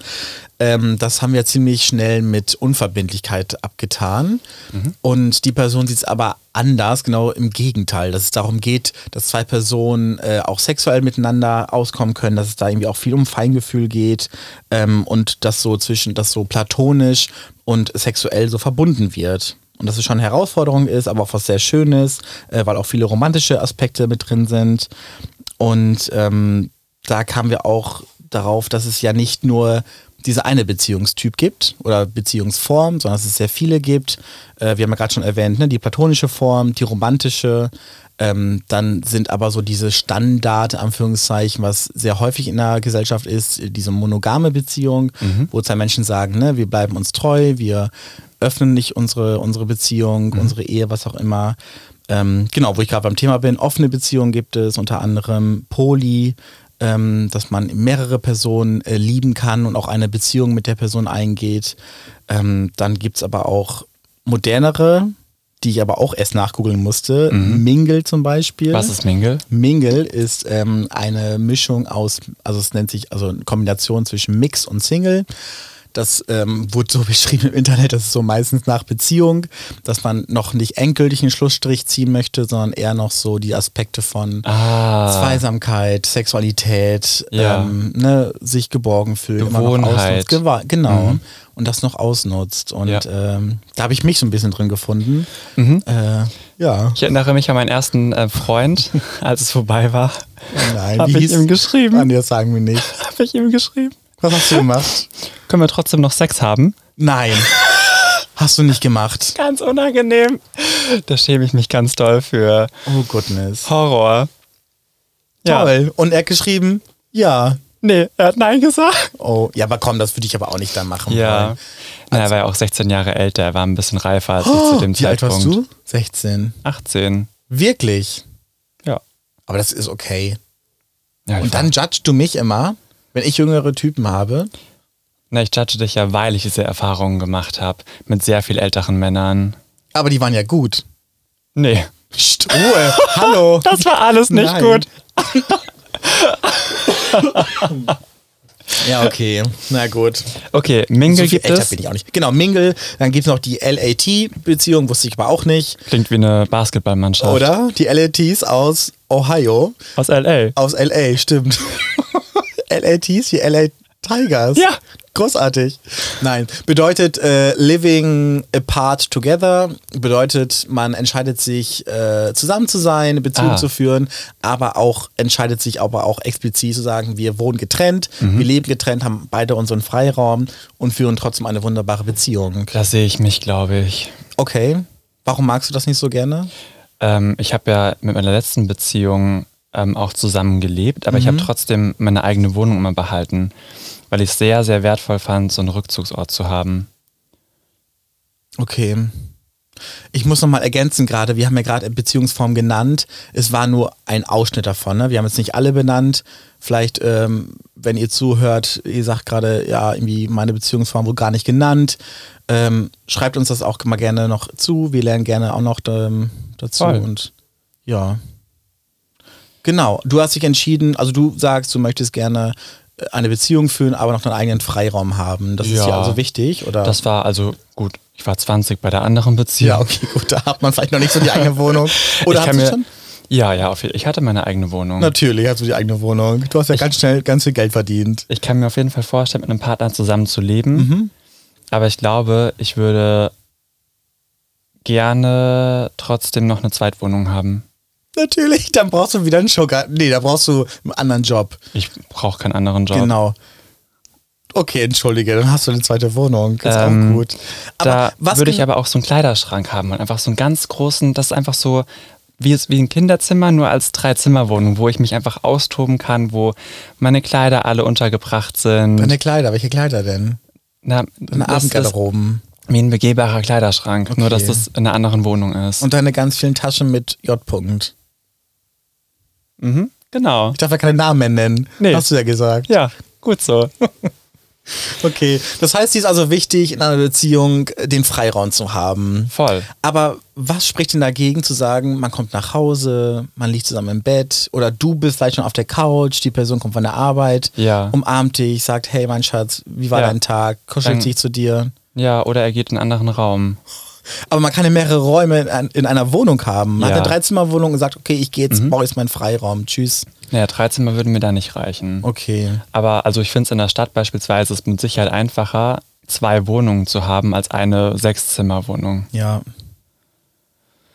S1: Ähm, das haben wir ziemlich schnell mit Unverbindlichkeit abgetan. Und die Person sieht es aber anders, genau im Gegenteil, dass es darum geht, dass zwei Personen äh, auch sexuell miteinander auskommen können, dass es da irgendwie auch viel um Feingefühl geht ähm, und das so zwischen, das so platonisch und sexuell so verbunden wird. Und dass es schon eine Herausforderung ist, aber auch was sehr Schönes, äh, weil auch viele romantische Aspekte mit drin sind. Und ähm, da kamen wir auch darauf, dass es ja nicht nur diese eine Beziehungstyp gibt oder Beziehungsform, sondern dass es sehr viele gibt. Äh, wir haben ja gerade schon erwähnt, ne, die platonische Form, die romantische. Ähm, dann sind aber so diese Standard, in Anführungszeichen, was sehr häufig in der Gesellschaft ist, diese monogame Beziehung, wo zwei Menschen sagen, ne, wir bleiben uns treu, wir öffnen nicht unsere, unsere Beziehung, unsere Ehe, was auch immer. Ähm, genau, wo ich gerade beim Thema bin, offene Beziehungen gibt es, unter anderem Poly, ähm, dass man mehrere Personen äh, lieben kann und auch eine Beziehung mit der Person eingeht. Ähm, dann gibt es aber auch modernere, die ich aber auch erst nachgoogeln musste. Mingle zum Beispiel.
S2: Mhm. Was ist Mingle?
S1: Mingle ist ähm, eine Mischung aus, also es nennt sich, also eine Kombination zwischen Mix und Single. Das ähm, wurde so beschrieben im Internet, das ist so meistens nach Beziehung, dass man noch nicht endgültig einen Schlussstrich ziehen möchte, sondern eher noch so die Aspekte von
S2: Ah,
S1: Zweisamkeit, Sexualität,
S2: Ja.
S1: ähm, ne, sich geborgen fühlen, immer noch
S2: Gewohnheit. Mhm.
S1: ausnutzt. Gewa- Genau. Und das noch ausnutzt. Und
S2: Ja. Mhm.
S1: ähm, da habe ich mich so ein bisschen drin gefunden. Äh, ja.
S2: ich erinnere mich an meinen ersten äh, Freund, als es vorbei war.
S1: Nein,
S2: Hab
S1: wie
S2: ich
S1: hieß-
S2: ihm geschrieben?
S1: Nein, das sagen wir nicht.
S2: Habe ich ihm geschrieben.
S1: Was hast du gemacht?
S2: Können wir trotzdem noch Sex haben?
S1: Nein. Hast du nicht gemacht.
S2: Ganz unangenehm. Da schäme ich mich ganz doll für
S1: Oh goodness.
S2: Horror. Ja.
S1: Toll. Und er hat geschrieben, ja.
S2: Nee, er hat Nein gesagt.
S1: Oh, ja, aber komm, das würde ich aber auch nicht dann machen.
S2: Ja.
S1: wollen.
S2: Na, er war ja auch 16 Jahre älter, er war ein bisschen reifer als ich
S1: Also Oh,
S2: zu dem
S1: wie alt
S2: Zeitpunkt.
S1: warst du? 16.
S2: 18.
S1: Wirklich?
S2: Ja.
S1: Aber das ist okay.
S2: ja ich
S1: Und
S2: war-
S1: dann judgst du mich immer, wenn ich jüngere Typen habe.
S2: Na, ich judge dich ja, weil ich diese Erfahrungen gemacht habe mit sehr viel älteren Männern.
S1: Aber die waren ja gut.
S2: Nee.
S1: Psst, Ruhe, hallo.
S2: Das war alles nicht
S1: Nein.
S2: gut.
S1: Ja, okay. Na gut.
S2: Okay, Mingle
S1: so viel
S2: gibt
S1: älter
S2: es.
S1: bin ich auch nicht. Genau, Mingle. Dann gibt es noch die LAT-Beziehung, wusste ich aber auch nicht.
S2: Klingt wie eine Basketballmannschaft.
S1: Oder? Die LATs aus Ohio.
S2: Aus L.A.
S1: Aus LA, stimmt. LATs wie LA Tigers.
S2: Ja.
S1: Großartig. Nein, bedeutet äh, living apart together, bedeutet man entscheidet sich äh, zusammen zu sein, eine Beziehung
S2: Ah.
S1: zu führen, aber auch entscheidet sich aber auch explizit zu sagen, wir wohnen getrennt,
S2: Mhm.
S1: wir leben getrennt, haben beide unseren Freiraum und führen trotzdem eine wunderbare Beziehung.
S2: Da sehe ich mich, glaube ich.
S1: Okay, warum magst du das nicht so gerne?
S2: Ähm, ich habe ja mit meiner letzten Beziehung ähm, auch zusammen gelebt, aber ich
S1: Mhm.
S2: habe trotzdem meine eigene Wohnung immer behalten, weil ich es sehr, sehr wertvoll fand, so einen Rückzugsort zu haben.
S1: Okay. Ich muss nochmal ergänzen gerade, wir haben ja gerade Beziehungsform genannt. Es war nur ein Ausschnitt davon. Ne? Wir haben jetzt nicht alle benannt. Vielleicht, ähm, wenn ihr zuhört, ihr sagt gerade, ja, irgendwie meine Beziehungsform wurde gar nicht genannt. Ähm, schreibt uns das auch mal gerne noch zu. Wir lernen gerne auch noch ähm, dazu.
S2: Voll.
S1: Und ja. Genau. Du hast dich entschieden, also du sagst, du möchtest gerne äh, eine Beziehung führen, aber noch deinen eigenen Freiraum haben. Das ist ja
S2: Ja.
S1: also wichtig, oder?
S2: Das war also gut. Ich war 20 bei der anderen Beziehung.
S1: Ja, okay, gut, da hat man vielleicht noch nicht so die eigene Wohnung. Oder
S2: ich
S1: hast
S2: kann
S1: du
S2: mir,
S1: schon?
S2: Ja, ja, auf, je- ich hatte meine eigene Wohnung.
S1: Natürlich hast du die eigene Wohnung. Du hast ja ganz schnell ganz viel Geld verdient.
S2: Ich kann mir auf jeden Fall vorstellen, mit einem Partner zusammen zu leben.
S1: Mhm.
S2: Aber ich glaube, ich würde gerne trotzdem noch eine Zweitwohnung haben.
S1: Natürlich, dann brauchst du wieder einen Sugar. Nee, da brauchst du einen anderen Job.
S2: Ich brauche keinen anderen Job.
S1: Genau. Okay, entschuldige, dann hast du eine zweite Wohnung. Ist
S2: Ähm,
S1: auch gut. genau-
S2: da würde ich
S1: gen-
S2: aber auch so einen Kleiderschrank haben und einfach so einen ganz großen, das ist einfach so wie, es- wie ein Kinderzimmer, nur als Dreizimmerwohnung, wo ich mich einfach austoben kann, wo meine Kleider alle untergebracht sind.
S1: Deine Kleider, welche Kleider denn?
S2: Na,
S1: Deine
S2: das ist
S1: Abendgarderoben.
S2: wie ein begehbarer Kleiderschrank, nur dass
S1: Okay.
S2: das in einer anderen Wohnung ist.
S1: Und deine ganz vielen Taschen mit J-Punkt.
S2: mhm, genau.
S1: Ich darf ja keine Namen mehr nennen.
S2: Nee.
S1: Hast du ja gesagt.
S2: Ja, gut so.
S1: Okay. Das heißt, die ist also wichtig, in einer Beziehung äh, den Freiraum zu haben.
S2: Voll.
S1: Aber was spricht denn dagegen zu sagen, man kommt nach Hause, man liegt zusammen im Bett oder du bist vielleicht schon auf der Couch, die Person kommt von der Arbeit,
S2: Ja.
S1: umarmt dich, sagt, hey mein Schatz, wie war
S2: Ja.
S1: dein Tag, kuschelt
S2: Dann-
S1: sich zu dir.
S2: Ja, oder er geht in einen anderen Raum.
S1: Aber man kann ja mehrere Räume in, ein- in einer Wohnung haben. Man
S2: Ja. Mhm.
S1: hat eine Dreizimmerwohnung und sagt, okay, ich gehe jetzt, brauche jetzt meinen Freiraum, tschüss.
S2: Naja, drei Zimmer würden mir da nicht reichen.
S1: Okay.
S2: Aber also ich finde es in der Stadt beispielsweise ist mit Sicherheit einfacher, zwei Wohnungen zu haben als eine Sechszimmerwohnung.
S1: Ja.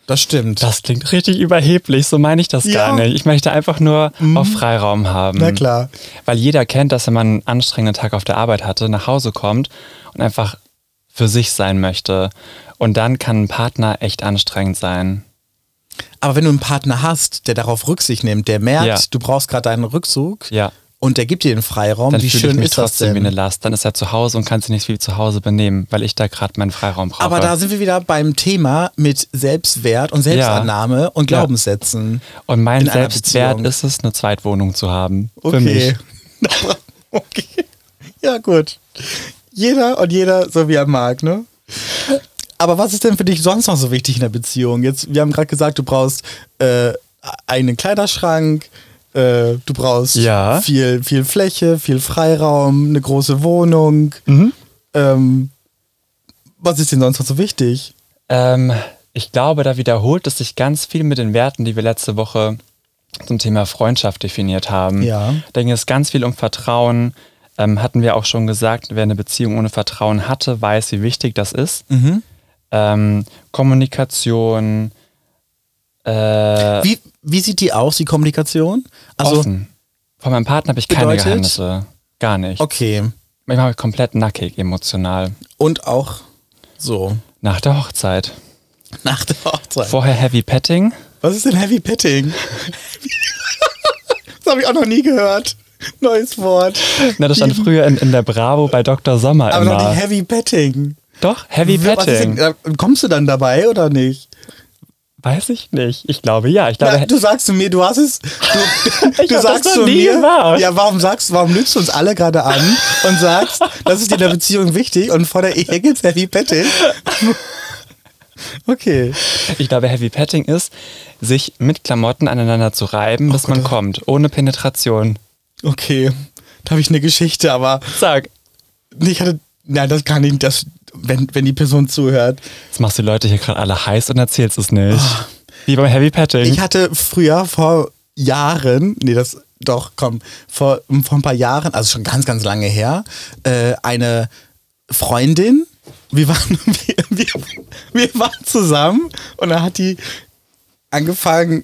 S1: Das stimmt.
S2: Das klingt richtig überheblich, so meine ich das
S1: Ja. Mhm.
S2: gar nicht. Ich möchte einfach nur auf Freiraum haben.
S1: Na klar.
S2: Weil jeder kennt, dass wenn man einen anstrengenden Tag auf der Arbeit hatte, nach Hause kommt und einfach für sich sein möchte. Und dann kann ein Partner echt anstrengend sein.
S1: Aber wenn du einen Partner hast, der darauf Rücksicht nimmt, der merkt,
S2: Ja.
S1: du brauchst gerade deinen Rückzug
S2: Ja.
S1: und der gibt dir den Freiraum,
S2: Dann
S1: wie
S2: fühle ich
S1: schön
S2: mich
S1: ist das
S2: trotzdem
S1: denn?
S2: wie eine Last. Dann ist er zu Hause und kann sich nicht wie zu Hause benehmen, weil ich da gerade meinen Freiraum brauche.
S1: Aber da sind wir wieder beim Thema mit Selbstwert und Selbstannahme und
S2: Ja.
S1: Glaubenssätzen.
S2: und mein
S1: in einer
S2: Selbstwert
S1: Beziehung.
S2: ist es, eine Zweitwohnung zu haben. Für mich.
S1: Okay. okay. Ja, gut. Jeder und jeder, so wie er mag, ne? Aber was ist denn für dich sonst noch so wichtig in der Beziehung? Jetzt, wir haben gerade gesagt, du brauchst äh, einen Kleiderschrank, äh, du brauchst
S2: Ja.
S1: viel, viel Fläche, viel Freiraum, eine große Wohnung.
S2: Mhm.
S1: Ähm, was ist denn sonst noch so wichtig?
S2: Ähm, ich glaube, da wiederholt es sich ganz viel mit den Werten, die wir letzte Woche zum Thema Freundschaft definiert haben.
S1: Ja.
S2: Da ging es ganz viel um Vertrauen. Ähm, hatten wir auch schon gesagt, wer eine Beziehung ohne Vertrauen hatte, weiß, wie wichtig das ist.
S1: Mhm.
S2: Ähm, Kommunikation. Äh,
S1: Wie, wie sieht die aus, die Kommunikation? Also,
S2: offen. Von meinem Partner habe ich keine
S1: Bedeutet-
S2: Geheimnisse. Gar nicht.
S1: okay.
S2: Manchmal komplett nackig emotional.
S1: Und auch so.
S2: Nach der Hochzeit.
S1: Nach der Hochzeit.
S2: Vorher Heavy Petting.
S1: Was ist denn Heavy Petting? das habe ich auch noch nie gehört. Neues Wort.
S2: Na, das stand früher in, in der Bravo bei Dr. Sommer
S1: Aber
S2: immer.
S1: noch nicht Heavy Betting.
S2: Doch, Heavy
S1: Was ist denn-
S2: Betting.
S1: äh, Kommst du dann dabei oder nicht?
S2: Weiß ich nicht. Ich glaube ja. Ich glaube,
S1: Na, du sagst zu mir, du hast es. Du,
S2: Ich
S1: du
S2: hab das
S1: sagst
S2: noch
S1: zu
S2: nie
S1: mir.
S2: gemacht.
S1: Ja, warum sagst, warum lügst du uns alle gerade an und sagst, das ist dir in der Beziehung wichtig und vor der Ehe gibt's Heavy Betting? Okay.
S2: ich glaube, Heavy Petting ist, sich mit Klamotten aneinander zu reiben, bis man
S1: Oh Gott.
S2: kommt, ohne Penetration.
S1: Okay. Da habe ich eine Geschichte, aber
S2: Sag.
S1: ich hatte. Nein, das kann ich das, wenn, wenn die Person zuhört.
S2: Jetzt machst du die Leute hier gerade alle heiß und erzählst es nicht. Wie beim Heavy Petting.
S1: Ah. Ich hatte früher vor Jahren, nee, das doch, komm, vor, vor ein paar Jahren, also schon ganz, ganz lange her, äh, eine Freundin. Wir waren, wir, wir, wir waren zusammen und dann hat die angefangen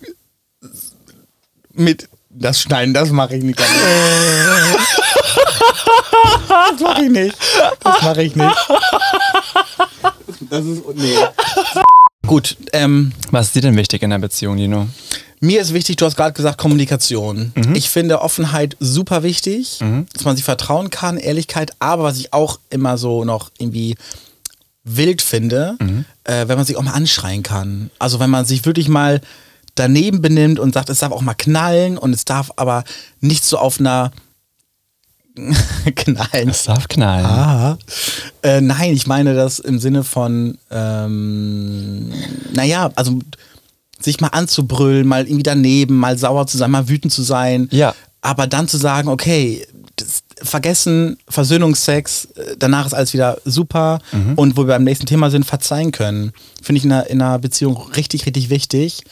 S1: mit das Schneiden, das mache ich nicht. Das mache ich nicht. Das mache ich nicht. Das ist, nee. Gut, ähm,
S2: Was ist dir denn wichtig in der Beziehung, Dino?
S1: mir ist wichtig, du hast gerade gesagt, Kommunikation. Ich finde Offenheit super wichtig, dass man sich vertrauen kann, Ehrlichkeit. Aber was ich auch immer so noch irgendwie wild finde, äh, wenn man sich auch mal anschreien kann. Also wenn man sich wirklich mal daneben benimmt und sagt, es darf auch mal knallen und es darf aber nicht so auf einer knallen.
S2: Es darf knallen.
S1: Ah. Äh, nein, ich meine das im Sinne von, ähm, naja, also sich mal anzubrüllen, mal irgendwie daneben, mal sauer zu sein, mal wütend zu sein.
S2: Ja.
S1: Aber dann zu sagen, okay, das, vergessen, Versöhnungsex, äh, danach ist alles wieder super und wo wir beim nächsten Thema sind, verzeihen können. Finde ich in einer, in einer Beziehung richtig, richtig wichtig.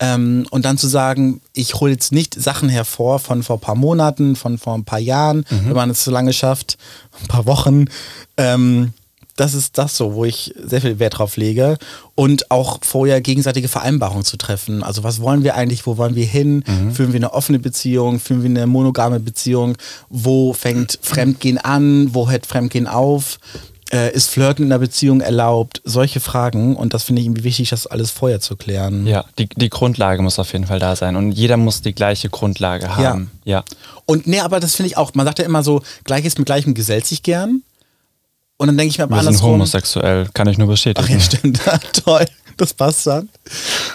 S1: Ähm, und dann zu sagen, ich hole jetzt nicht Sachen hervor von vor ein paar Monaten, von vor ein paar Jahren, wenn man es so lange schafft, ein paar Wochen. Ähm, das ist das so, wo ich sehr viel Wert drauf lege. Und auch vorher gegenseitige Vereinbarungen zu treffen. Also was wollen wir eigentlich, wo wollen wir hin? Führen wir eine offene Beziehung? Führen wir eine monogame Beziehung? Wo fängt Fremdgehen an? Wo hört Fremdgehen auf? Äh, ist Flirten in einer Beziehung erlaubt? Solche Fragen. Und das finde ich irgendwie wichtig, das alles vorher zu klären.
S2: Ja, die, die Grundlage muss auf jeden Fall da sein. Und jeder muss die gleiche Grundlage haben. Ja.
S1: Und nee, aber das finde ich auch. Man sagt ja immer so, Gleiches mit Gleichem gesellt sich gern. Und dann denke ich mir aber
S2: Wir sind
S1: andersrum.
S2: homosexuell, kann ich nur bestätigen.
S1: Ach ja, stimmt. Ah, Toll. Das passt dann.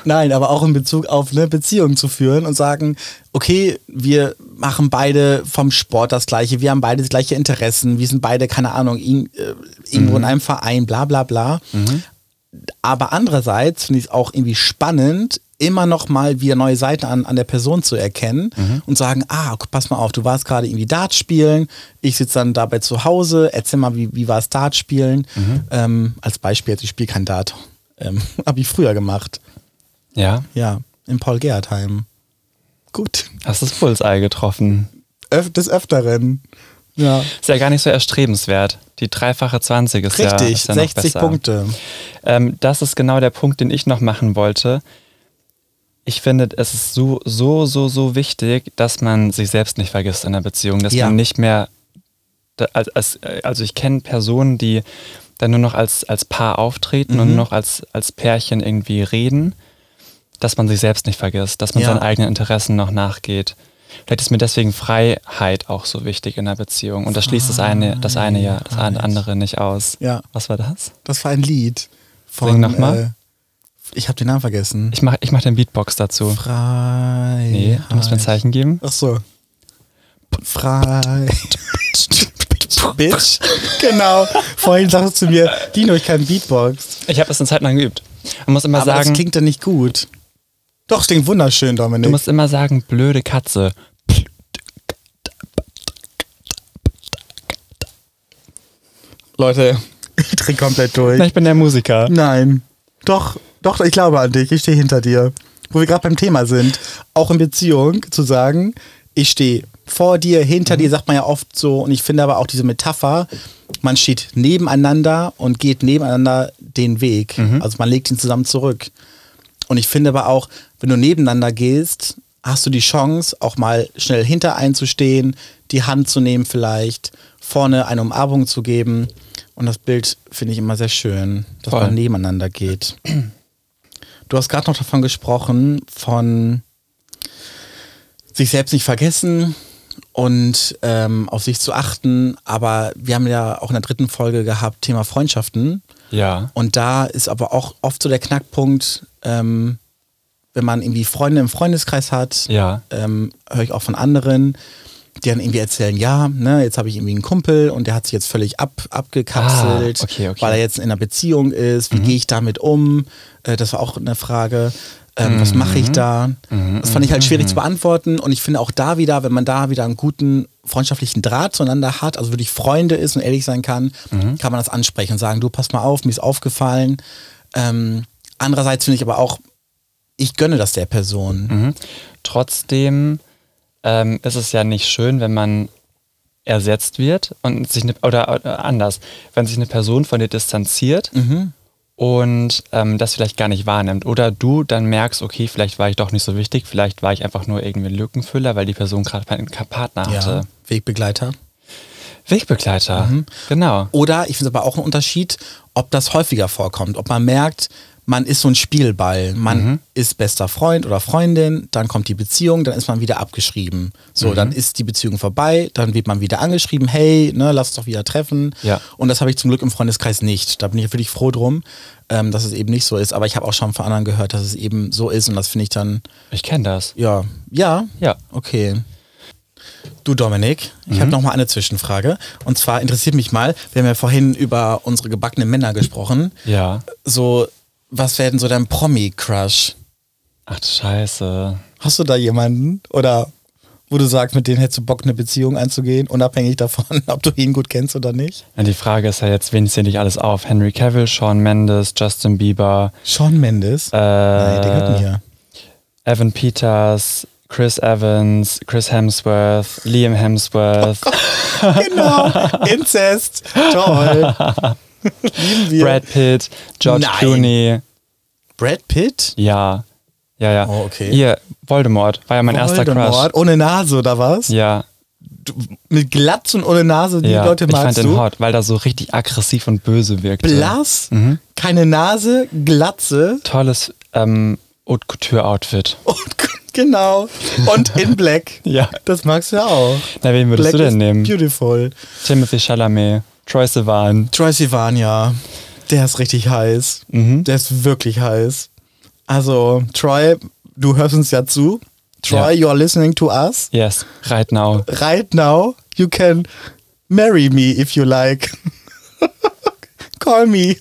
S1: Nein, aber auch in Bezug auf eine Beziehung zu führen und sagen, okay, wir machen beide vom Sport das Gleiche, wir haben beide gleiche Interessen, wir sind beide, keine Ahnung, in, äh, irgendwo in einem Verein, bla bla bla. Aber andererseits finde ich es auch irgendwie spannend, immer noch mal wieder neue Seiten an, an der Person zu erkennen
S2: Mhm.
S1: und sagen, ah, guck, pass mal auf, du warst gerade irgendwie Dart spielen, ich sitze dann dabei zu Hause, erzähl mal, wie, wie war es Dart spielen?
S2: Mhm.
S1: Ähm, als Beispiel, jetzt, ich spiele kein Dart. Ähm, Habe ich früher gemacht,
S2: ja,
S1: ja, im Paul-Gerhardt-Heim. Gut,
S2: hast das Bullseye getroffen.
S1: Öf des Öfteren. Ja,
S2: Ist ja gar nicht so erstrebenswert. Die dreifache 20 ist ja,
S1: richtig,
S2: ist ja noch
S1: 60
S2: besser.
S1: Punkte.
S2: Ähm, das ist genau der Punkt, den ich noch machen wollte. Ich finde, es ist so, so, so, so wichtig, dass man sich selbst nicht vergisst in der Beziehung, dass
S1: Ja.
S2: man nicht mehr, da- als- als- also ich kenne Personen, die dann nur noch als, als Paar auftreten
S1: Mhm.
S2: und nur noch als, als Pärchen irgendwie reden, dass man sich selbst nicht vergisst, dass man
S1: Ja.
S2: seinen eigenen Interessen noch nachgeht. Vielleicht ist mir deswegen Freiheit auch so wichtig in der Beziehung. Und das schließt das eine, das eine ja, das andere nicht aus.
S1: Ja.
S2: Was war das?
S1: Das war ein Lied von...
S2: Sing noch mal.
S1: Äh, ich habe den Namen vergessen.
S2: Ich mache ich mach den Beatbox dazu.
S1: Frei.
S2: Nee, du musst mir ein Zeichen geben.
S1: Ach so. Frei. Bitch. Genau. Vorhin sagst du zu mir, Dino, ich kann Beatbox.
S2: Ich habe das eine Zeit lang geübt. Man muss immer
S1: Aber das
S2: sagen,
S1: klingt ja nicht gut. Doch, es klingt wunderschön, Dominik.
S2: du musst immer sagen, blöde Katze.
S1: Leute, ich dreh komplett durch.
S2: Na, ich bin der Musiker.
S1: Nein. Doch, doch, ich glaube an dich. Ich stehe hinter dir. Wo wir gerade beim Thema sind, auch in Beziehung zu sagen, ich stehe vor dir, hinter dir, sagt man ja oft so. Und ich finde aber auch diese Metapher, man steht nebeneinander und geht nebeneinander den Weg. Also man legt ihn zusammen zurück. Und ich finde aber auch, wenn du nebeneinander gehst, hast du die Chance, auch mal schnell hinter einzustehen, die Hand zu nehmen vielleicht, vorne eine Umarmung zu geben. Und das Bild finde ich immer sehr schön, dass
S2: Voll.
S1: man nebeneinander geht. Du hast gerade noch davon gesprochen, von sich selbst nicht vergessen und ähm, auf sich zu achten. Aber wir haben ja auch in der dritten Folge gehabt, Thema Freundschaften.
S2: Ja.
S1: Und da ist aber auch oft so der Knackpunkt, ähm, wenn man irgendwie Freunde im Freundeskreis hat,
S2: Ja.
S1: ähm, höre ich auch von anderen, die dann irgendwie erzählen, ja, ne, jetzt habe ich irgendwie einen Kumpel und der hat sich jetzt völlig ab, abgekapselt,
S2: Ah, okay, Mhm. okay.
S1: weil er jetzt in einer Beziehung ist, wie gehe ich damit um? Äh, das war auch eine Frage. Ähm, Was mache
S2: Mhm.
S1: ich da? Das fand ich halt schwierig zu beantworten. Und ich finde auch da wieder, wenn man da wieder einen guten freundschaftlichen Draht zueinander hat, also wirklich Freunde ist und ehrlich sein kann,
S2: Mhm.
S1: kann man das ansprechen und sagen, du pass mal auf, mir ist aufgefallen. Ähm, andererseits finde ich aber auch, ich gönne das der Person.
S2: Trotzdem ähm, ist es ja nicht schön, wenn man ersetzt wird und sich eine, oder äh, anders, wenn sich eine Person von dir distanziert und ähm, das vielleicht gar nicht wahrnimmt. Oder du dann merkst, okay, vielleicht war ich doch nicht so wichtig, vielleicht war ich einfach nur irgendwie ein Lückenfüller, weil die Person gerade keinen Partner hatte.
S1: Ja, Wegbegleiter.
S2: Wegbegleiter,
S1: Mhm.
S2: genau.
S1: Oder ich finde es aber auch ein Unterschied, ob das häufiger vorkommt, ob man merkt, man ist so ein Spielball, man ist bester Freund oder Freundin, dann kommt die Beziehung, dann ist man wieder abgeschrieben. So, dann ist die Beziehung vorbei, dann wird man wieder angeschrieben, hey, ne, lass uns doch wieder treffen.
S2: Ja.
S1: Und das habe ich zum Glück im Freundeskreis nicht. Da bin ich wirklich froh drum, ähm, dass es eben nicht so ist. Aber ich habe auch schon von anderen gehört, dass es eben so ist und das finde ich dann,
S2: Ich kenne das.
S1: ja, ja,
S2: Ja. Mhm.
S1: Okay. Du Dominik, ich habe noch mal eine Zwischenfrage. Und zwar interessiert mich mal, wir haben ja vorhin über unsere gebackenen Männer gesprochen.
S2: Ja.
S1: So, was wäre denn so dein Promi-Crush?
S2: Ach du Scheiße.
S1: Hast du da jemanden? Oder wo du sagst, mit denen hättest du Bock, eine Beziehung einzugehen, unabhängig davon, ob du ihn gut kennst oder nicht?
S2: Ja, die Frage ist ja jetzt, wen zähle ich alles auf? Henry Cavill, Sean Mendes, Justin Bieber,
S1: Sean Mendes. Äh, Nein, der gehört mir.
S2: Evan Peters, Chris Evans, Chris Hemsworth, Liam Hemsworth,
S1: Oh Genau. Inzest. Toll. Lieben wir.
S2: Brad Pitt, George
S1: Nein.
S2: Clooney.
S1: Brad Pitt?
S2: Ja, ja, ja.
S1: Oh, okay.
S2: Hier, Voldemort war ja mein erster
S1: Voldemort,
S2: Crush.
S1: Ohne Nase oder was?
S2: Ja,
S1: mit Glatz und ohne Nase, die
S2: ja.
S1: Leute
S2: ich fand
S1: magst
S2: den
S1: du.
S2: hot, weil er so richtig aggressiv und böse wirkte.
S1: Blass, keine Nase, Glatze
S2: Tolles ähm, Haute Couture-Outfit.
S1: und genau. Und in Black.
S2: Ja.
S1: Das magst du ja auch.
S2: Na, wen würdest
S1: Black
S2: du
S1: is
S2: denn nehmen?
S1: Beautiful.
S2: Timothy Chalamet, Troy Sivan.
S1: Troy Sivania, der ist richtig heiß. Der ist wirklich heiß. Also, Troy, du hörst uns ja zu. Troy, you are listening to us.
S2: Yes, right now.
S1: right now you can marry me if you like. Call me.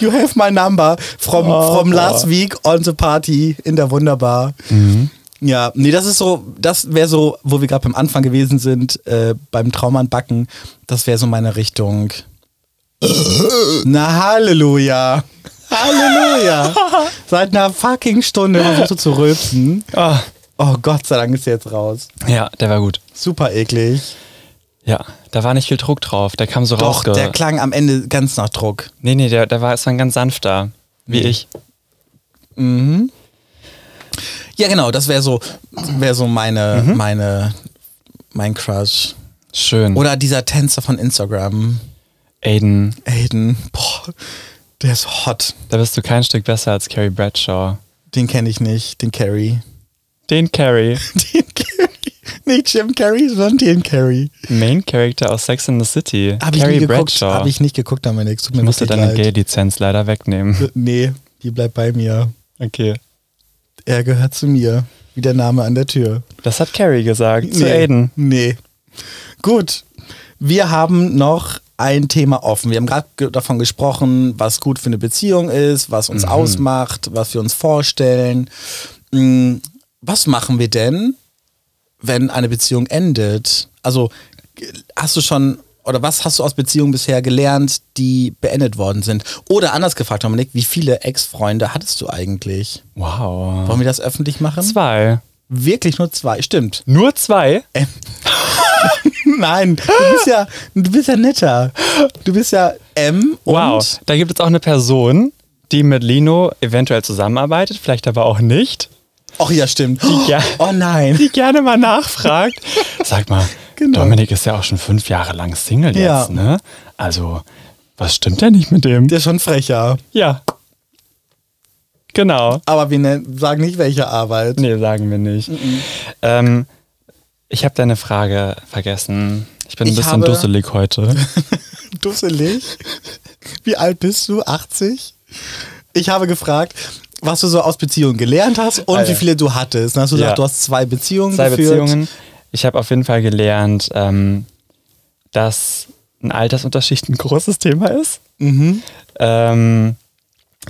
S1: You have my number from,
S2: Oh,
S1: from
S2: boah.
S1: last week on the party in der Wunderbar.
S2: Mhm.
S1: Ja, nee, das ist so, das wäre so, wo wir gerade beim Anfang gewesen sind, äh, beim Traum an Backen, das wäre so meine Richtung. Na, Halleluja. Halleluja. Seit einer fucking Stunde versuchst du zu rülpsen.
S2: Ah,
S1: Oh Gott sei Dank ist er jetzt raus.
S2: Ja, der war gut.
S1: Super eklig.
S2: Ja, da war nicht viel Druck drauf. Der kam so
S1: Doch,
S2: rausge...
S1: der klang am Ende ganz nach Druck.
S2: nee, nee, der, der war erstmal ganz sanfter. Wie ich.
S1: Mhm. Ja, genau, das wäre so, wär so meine, meine, mein Crush.
S2: Schön.
S1: Oder dieser Tänzer von Instagram,
S2: Aiden,
S1: Aiden. Boah, der ist hot.
S2: da bist du kein Stück besser als Carrie Bradshaw.
S1: Den kenne ich nicht, den Carrie.
S2: Den Carrie,
S1: Den Carrie. Nicht Jim Carrey, sondern den Carrie.
S2: Main Character aus Sex in the City.
S1: Habe ich
S2: Carrie
S1: nie geguckt,
S2: Bradshaw.
S1: habe ich nicht geguckt, Dominik. Tut mir
S2: ich musste
S1: wirklich
S2: deine
S1: leid.
S2: Gay-Lizenz leider wegnehmen.
S1: Nee, die bleibt bei mir.
S2: Okay.
S1: Er gehört zu mir, wie der Name an der Tür.
S2: Das hat Carrie gesagt zu Aiden.
S1: Nee. Gut. Wir haben noch ein Thema offen. Wir haben gerade ge davon gesprochen, was gut für eine Beziehung ist, was
S2: Mhm.
S1: uns ausmacht, was wir uns vorstellen. Mm, Was machen wir denn, wenn eine Beziehung endet? Also g- hast du schon oder was hast du aus Beziehungen bisher gelernt, die beendet worden sind? Oder anders gefragt, Dominik, wie viele Ex-Freunde hattest du eigentlich?
S2: Wow.
S1: Wollen wir das öffentlich machen?
S2: Zwei.
S1: Wirklich nur zwei, stimmt.
S2: Nur zwei?
S1: Ähm. Nein, du bist ja, du bist ja netter. Du bist ja M und
S2: Wow. Da gibt es auch eine Person, die mit Lino eventuell zusammenarbeitet, vielleicht aber auch nicht.
S1: ach ja, stimmt.
S2: Ja.
S1: Oh nein.
S2: die gerne mal nachfragt. Sag mal,
S1: Genau.
S2: Dominik ist ja auch schon fünf Jahre lang Single
S1: Ja.
S2: jetzt, ne? Also, was stimmt denn nicht mit dem?
S1: Der ist schon frecher.
S2: Ja. Genau.
S1: ne-, Aber wir nennen, sagen nicht, welche Arbeit.
S2: Nee, sagen wir nicht. Ähm, Ich habe deine Frage vergessen. Ich bin ein
S1: Ich
S2: bisschen
S1: habe-
S2: dusselig heute.
S1: Dusselig? Wie alt bist du? 80? Ich habe gefragt, was du so aus Beziehungen gelernt hast und
S2: Alter.
S1: wie viele du hattest. Dann hast du
S2: Ja.
S1: gesagt, du hast zwei Beziehungen
S2: Zwei
S1: geführt.
S2: Beziehungen. Ich habe auf jeden Fall gelernt, ähm, dass ein Altersunterschied ein großes Thema ist.
S1: Mhm.
S2: Ähm,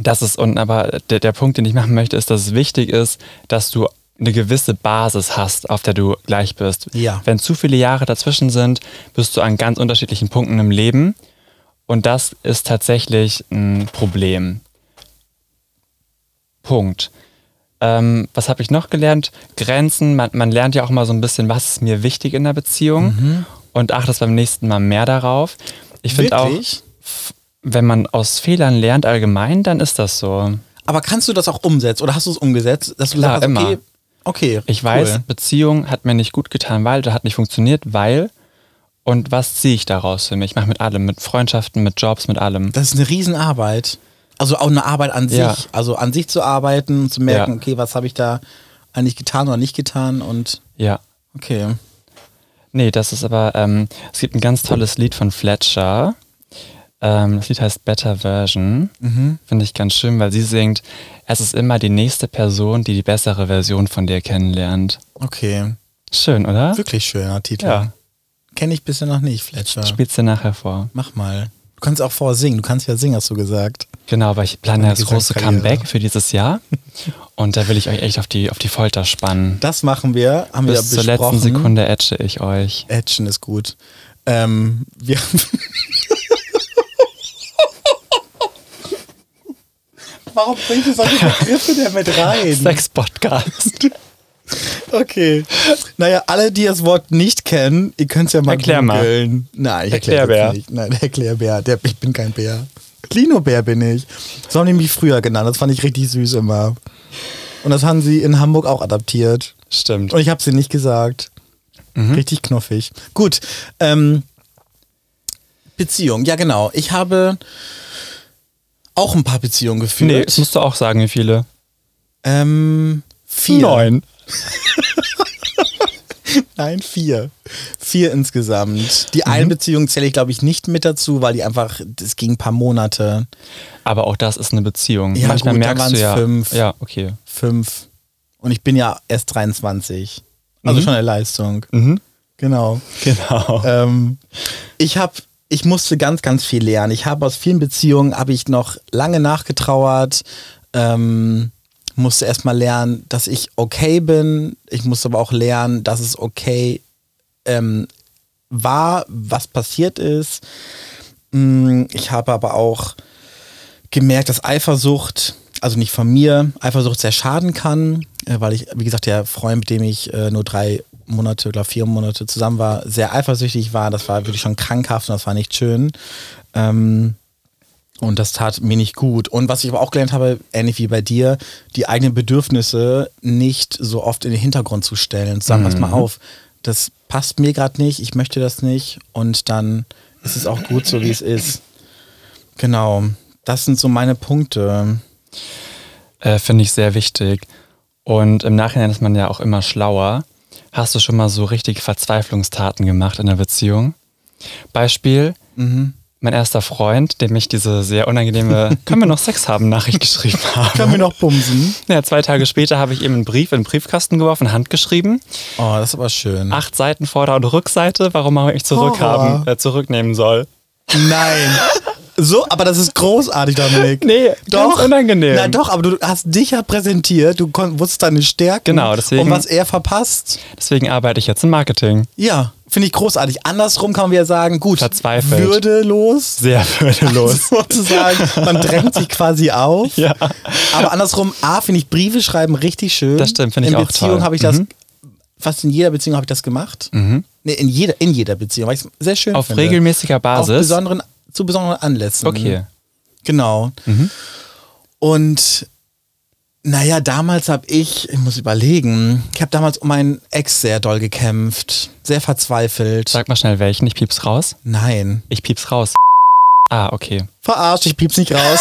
S2: das ist unten, aber der, der Punkt, den ich machen möchte, ist, dass es wichtig ist, dass du eine gewisse Basis hast, auf der du gleich bist.
S1: Ja.
S2: Wenn zu viele Jahre dazwischen sind, bist du an ganz unterschiedlichen Punkten im Leben. Und das ist tatsächlich ein Problem. Punkt. Ähm, was habe ich noch gelernt? Grenzen. Man, man lernt ja auch mal so ein bisschen, was ist mir wichtig in der Beziehung
S1: Mhm.
S2: und achtet beim nächsten Mal mehr darauf. Ich finde auch,
S1: Wirklich?
S2: f- wenn man aus Fehlern lernt allgemein, dann ist das so.
S1: Aber kannst du das auch umsetzen oder hast du es umgesetzt? Dass du
S2: Klar,
S1: gesagt hast,
S2: immer.
S1: okay, okay.
S2: Ich weiß,
S1: cool.
S2: Beziehung hat mir nicht gut getan, weil, oder hat nicht funktioniert, weil. Und was ziehe ich daraus für mich? Ich mache mit allem, mit Freundschaften, mit Jobs, mit allem.
S1: Das ist eine Riesenarbeit. Also auch eine Arbeit an sich.
S2: Ja.
S1: Also an sich zu arbeiten, zu merken,
S2: Ja.
S1: okay, was habe ich da eigentlich getan oder nicht getan und
S2: Ja.
S1: okay.
S2: Nee, das ist aber, ähm, es gibt ein ganz tolles Lied von Fletcher. Ähm, das Lied heißt Better Version.
S1: Mhm.
S2: Finde ich ganz schön, weil sie singt, es ist immer die nächste Person, die die bessere Version von dir kennenlernt.
S1: Okay.
S2: Schön, oder?
S1: Wirklich schöner Titel.
S2: Ja.
S1: Kenne ich bisher noch nicht, Fletcher.
S2: Spielst dir nachher vor.
S1: Mach mal. Du kannst auch vorsingen. Du kannst ja singen, hast du gesagt.
S2: Genau, aber ich plane
S1: Meine
S2: das große
S1: Gesangskarriere.
S2: Comeback für dieses Jahr. Und da will ich euch echt auf die, auf die Folter spannen.
S1: Das machen wir. Haben
S2: Bis
S1: wir
S2: zur
S1: ja besprochen.
S2: letzten Sekunde etche ich euch.
S1: Action ist gut. Ähm, wir Warum bringst du solche Begriffe denn mit rein?
S2: Sex-Podcast.
S1: Okay. Naja, alle, die das Wort nicht kennen, ihr könnt es ja mal
S2: Erklär mal.
S1: googeln. Nein, ich erkläre
S2: Erklärbär.
S1: es nicht. Nein, der Erklärbär. Der, ich bin kein Bär. Klinobär bin ich. So haben die mich früher genannt. Das fand ich richtig süß immer. Und das haben sie in Hamburg auch adaptiert.
S2: Stimmt.
S1: Und ich habe sie nicht gesagt.
S2: Mhm.
S1: Richtig knuffig. Gut. Ähm, Beziehung, ja genau. Ich habe auch ein paar Beziehungen geführt.
S2: Nee, das musst du auch sagen, wie viele.
S1: Ähm, vier.
S2: Neun.
S1: Nein, vier. Vier insgesamt. Die eine Beziehung zähle ich, glaube ich, nicht mit dazu, weil die einfach, das ging ein paar Monate.
S2: Aber auch das ist eine Beziehung.
S1: Ja,
S2: Manchmal
S1: gut, da
S2: merkst du
S1: waren's
S2: ja.
S1: fünf.
S2: Ja, okay.
S1: Fünf. Und ich bin ja erst 23. Also schon eine Leistung. Genau.
S2: Genau.
S1: ähm, ich habe, ich musste ganz, ganz viel lernen. Ich habe aus vielen Beziehungen habe ich noch lange nachgetrauert. Ähm, musste erstmal lernen, dass ich okay bin. Ich musste aber auch lernen, dass es okay ähm, war, was passiert ist. Mm, Ich habe aber auch gemerkt, dass Eifersucht, also nicht von mir, Eifersucht sehr schaden kann, äh, weil ich, wie gesagt, der Freund, mit dem ich äh, nur drei Monate oder vier Monate zusammen war, sehr eifersüchtig war. Das war wirklich schon krankhaft und das war nicht schön. Ähm, und das tat mir nicht gut. Und was ich aber auch gelernt habe, ähnlich wie bei dir, die eigenen Bedürfnisse nicht so oft in den Hintergrund zu stellen. Zu sagen, pass mal auf, das passt mir gerade nicht, ich möchte das nicht. Und dann ist es auch gut so, wie es ist. Genau. Das sind so meine Punkte.
S2: Äh, Finde ich sehr wichtig. Und im Nachhinein ist man ja auch immer schlauer. Hast du schon mal so richtige Verzweiflungstaten gemacht in der Beziehung? Beispiel,
S1: Mhm.
S2: mein erster Freund, dem ich diese sehr unangenehme Können wir noch Sex haben Nachricht geschrieben habe.
S1: Können wir noch bumsen?
S2: Ja, zwei Tage später habe ich ihm einen Brief in den Briefkasten geworfen, handgeschrieben.
S1: Oh, das ist aber schön.
S2: Acht Seiten Vorder- und Rückseite, warum man mich zurückhaben,
S1: Horror.
S2: äh, zurücknehmen soll.
S1: Nein. So, aber das ist großartig, Dominik.
S2: Nee, ganz unangenehm.
S1: Na doch, aber du hast dich ja präsentiert, du kon- wusstest deine Stärken
S2: Genau, deswegen-
S1: und was er verpasst.
S2: Deswegen arbeite ich jetzt im Marketing.
S1: Ja, finde ich großartig. Andersrum kann man ja sagen, gut,
S2: Verzweifelt.
S1: würdelos.
S2: Sehr würdelos.
S1: Sozusagen, man drängt sich quasi auf.
S2: Ja.
S1: Aber andersrum, A, finde ich Briefe schreiben richtig schön.
S2: Das stimmt, finde ich
S1: in
S2: auch
S1: Beziehung
S2: toll. Mhm.
S1: habe ich das, fast in jeder Beziehung habe ich das gemacht. Nee, in jeder, in jeder Beziehung, weil ich es sehr schön
S2: Auf
S1: finde.
S2: regelmäßiger
S1: Auf
S2: Basis.
S1: besonderen, zu besonderen Anlässen.
S2: okay. Mhm.
S1: Genau. Und naja, damals habe ich, ich muss überlegen, ich habe damals um meinen Ex sehr doll gekämpft, sehr verzweifelt.
S2: Sag mal schnell welchen, ich piep's raus.
S1: Nein.
S2: Ich piep's raus. Ah, okay.
S1: Verarscht, ich piep's nicht raus.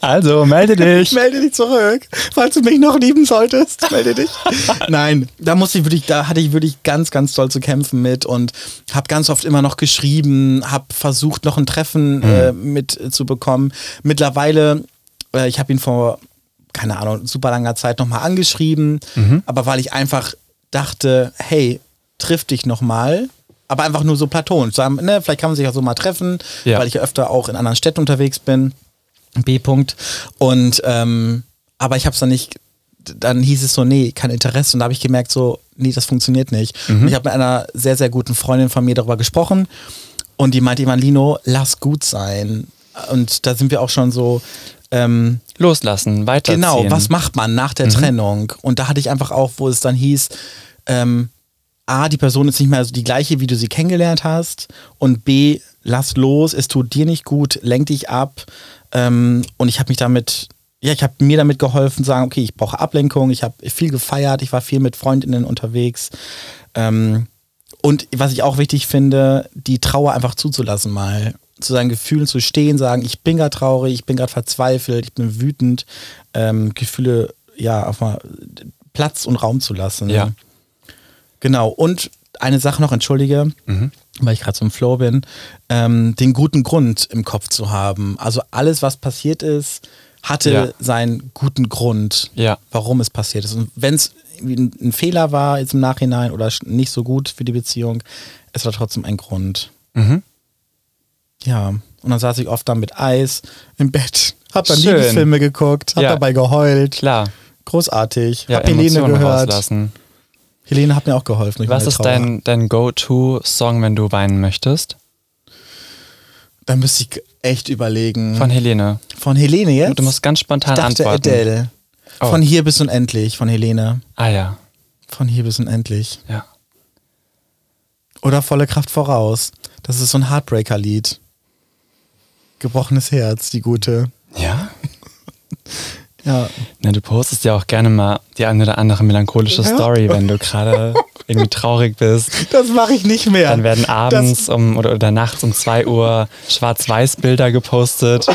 S2: Also, melde dich.
S1: melde dich zurück. Falls du mich noch lieben solltest, melde dich. Nein, da musste ich wirklich, da hatte ich wirklich ganz, ganz toll zu kämpfen mit und habe ganz oft immer noch geschrieben, habe versucht, noch ein Treffen äh, mit äh, zu bekommen. Mittlerweile, äh, ich habe ihn vor, keine Ahnung, super langer Zeit nochmal angeschrieben, aber weil ich einfach dachte, hey, triff dich nochmal. Aber einfach nur so platonisch. Sagen, ne, vielleicht kann man sich auch so mal treffen,
S2: Ja.
S1: weil ich ja öfter auch in anderen Städten unterwegs bin. B. -Punkt. Und ähm, aber ich habe es dann nicht. Dann hieß es so, nee, kein Interesse. Und da habe ich gemerkt, so, nee, das funktioniert nicht. Und ich habe mit einer sehr, sehr guten Freundin von mir darüber gesprochen. Und die meinte immer, Lino, lass gut sein. Und da sind wir auch schon so, ähm,
S2: Loslassen, weiterziehen.
S1: Genau, was macht man nach der Trennung? Und da hatte ich einfach auch, wo es dann hieß, ähm, A, die Person ist nicht mehr so die gleiche, wie du sie kennengelernt hast. Und B, lass los, es tut dir nicht gut, lenk dich ab. Ähm, und ich habe mich damit, ja, ich habe mir damit geholfen, sagen, okay, ich brauche Ablenkung, ich habe viel gefeiert, ich war viel mit Freundinnen unterwegs. Ähm, und was ich auch wichtig finde, die Trauer einfach zuzulassen mal. Zu seinen Gefühlen zu stehen, sagen, ich bin gerade traurig, ich bin gerade verzweifelt, ich bin wütend. Ähm, Gefühle, ja, auf mal Platz und Raum zu lassen.
S2: Ja.
S1: Genau. Und eine Sache noch, entschuldige,
S2: Mhm.
S1: weil ich gerade so im Flow bin, ähm, den guten Grund im Kopf zu haben. Also alles, was passiert ist, hatte
S2: Ja.
S1: seinen guten Grund,
S2: Ja.
S1: warum es passiert ist. Und wenn es ein, ein Fehler war jetzt im Nachhinein oder sch- nicht so gut für die Beziehung, es war trotzdem ein Grund.
S2: Mhm.
S1: Ja. Und dann saß ich oft dann mit Eis im Bett, hab dann
S2: Schön.
S1: Liebesfilme geguckt, hab
S2: Ja.
S1: dabei geheult.
S2: Klar.
S1: Großartig.
S2: Ja,
S1: hab Helene
S2: Emotionen
S1: gehört.
S2: rauslassen.
S1: Helene hat mir auch geholfen. durch
S2: Was
S1: meine
S2: ist
S1: Trauer.
S2: dein, dein Go-To-Song, wenn du weinen möchtest?
S1: Da müsste ich echt überlegen.
S2: Von Helene.
S1: Von Helene Hm. jetzt?
S2: Du musst ganz spontan
S1: ich dachte
S2: antworten.
S1: Adele.
S2: Oh.
S1: Von hier bis unendlich, von Helene.
S2: Ah ja,
S1: Von hier bis unendlich.
S2: ja.
S1: Oder volle Kraft voraus. Das ist so ein Heartbreaker-Lied. Gebrochenes Herz, die gute.
S2: Ja?
S1: Ja.
S2: Na, du postest ja auch gerne mal die eine oder andere melancholische
S1: Ja.
S2: Story, wenn du gerade irgendwie traurig bist.
S1: Das mache ich nicht mehr.
S2: Dann werden abends
S1: Das,
S2: um, oder, oder nachts um 2 Uhr Schwarz-Weiß-Bilder gepostet.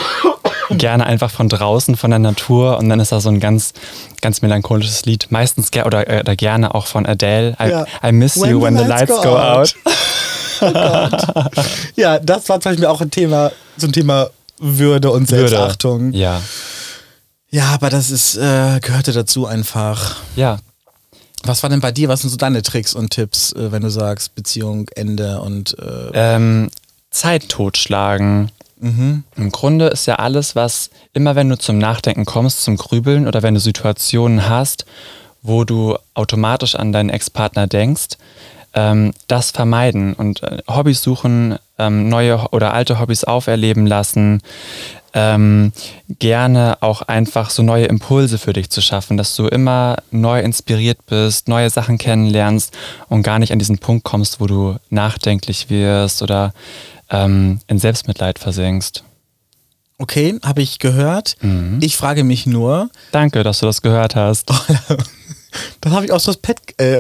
S2: Gerne einfach von draußen, von der Natur. Und dann ist da so ein ganz, ganz melancholisches Lied. Meistens ger oder, äh, oder gerne auch von Adele. I,
S1: Ja.
S2: I miss you when the lights go, out.
S1: ja, das war zum Beispiel auch ein Thema zum Thema Würde und
S2: Würde.
S1: Selbstachtung.
S2: Ja.
S1: Ja, aber das ist, äh, gehörte dazu einfach.
S2: Ja.
S1: Was war denn bei dir? Was sind so deine Tricks und Tipps, äh, wenn du sagst Beziehung, Ende und äh,
S2: Ähm, Zeit totschlagen. Im Grunde ist ja alles, was immer, wenn du zum Nachdenken kommst, zum Grübeln oder wenn du Situationen hast, wo du automatisch an deinen Ex-Partner denkst, ähm, das vermeiden und äh, Hobbys suchen, ähm, neue Ho- oder alte Hobbys auferleben lassen, ähm, gerne auch einfach so neue Impulse für dich zu schaffen, dass du immer neu inspiriert bist, neue Sachen kennenlernst und gar nicht an diesen Punkt kommst, wo du nachdenklich wirst oder ähm, in Selbstmitleid versinkst.
S1: Okay, habe ich gehört.
S2: Mhm.
S1: Ich frage mich nur,
S2: Danke, dass du das gehört hast.
S1: das habe ich aus Respekt, äh,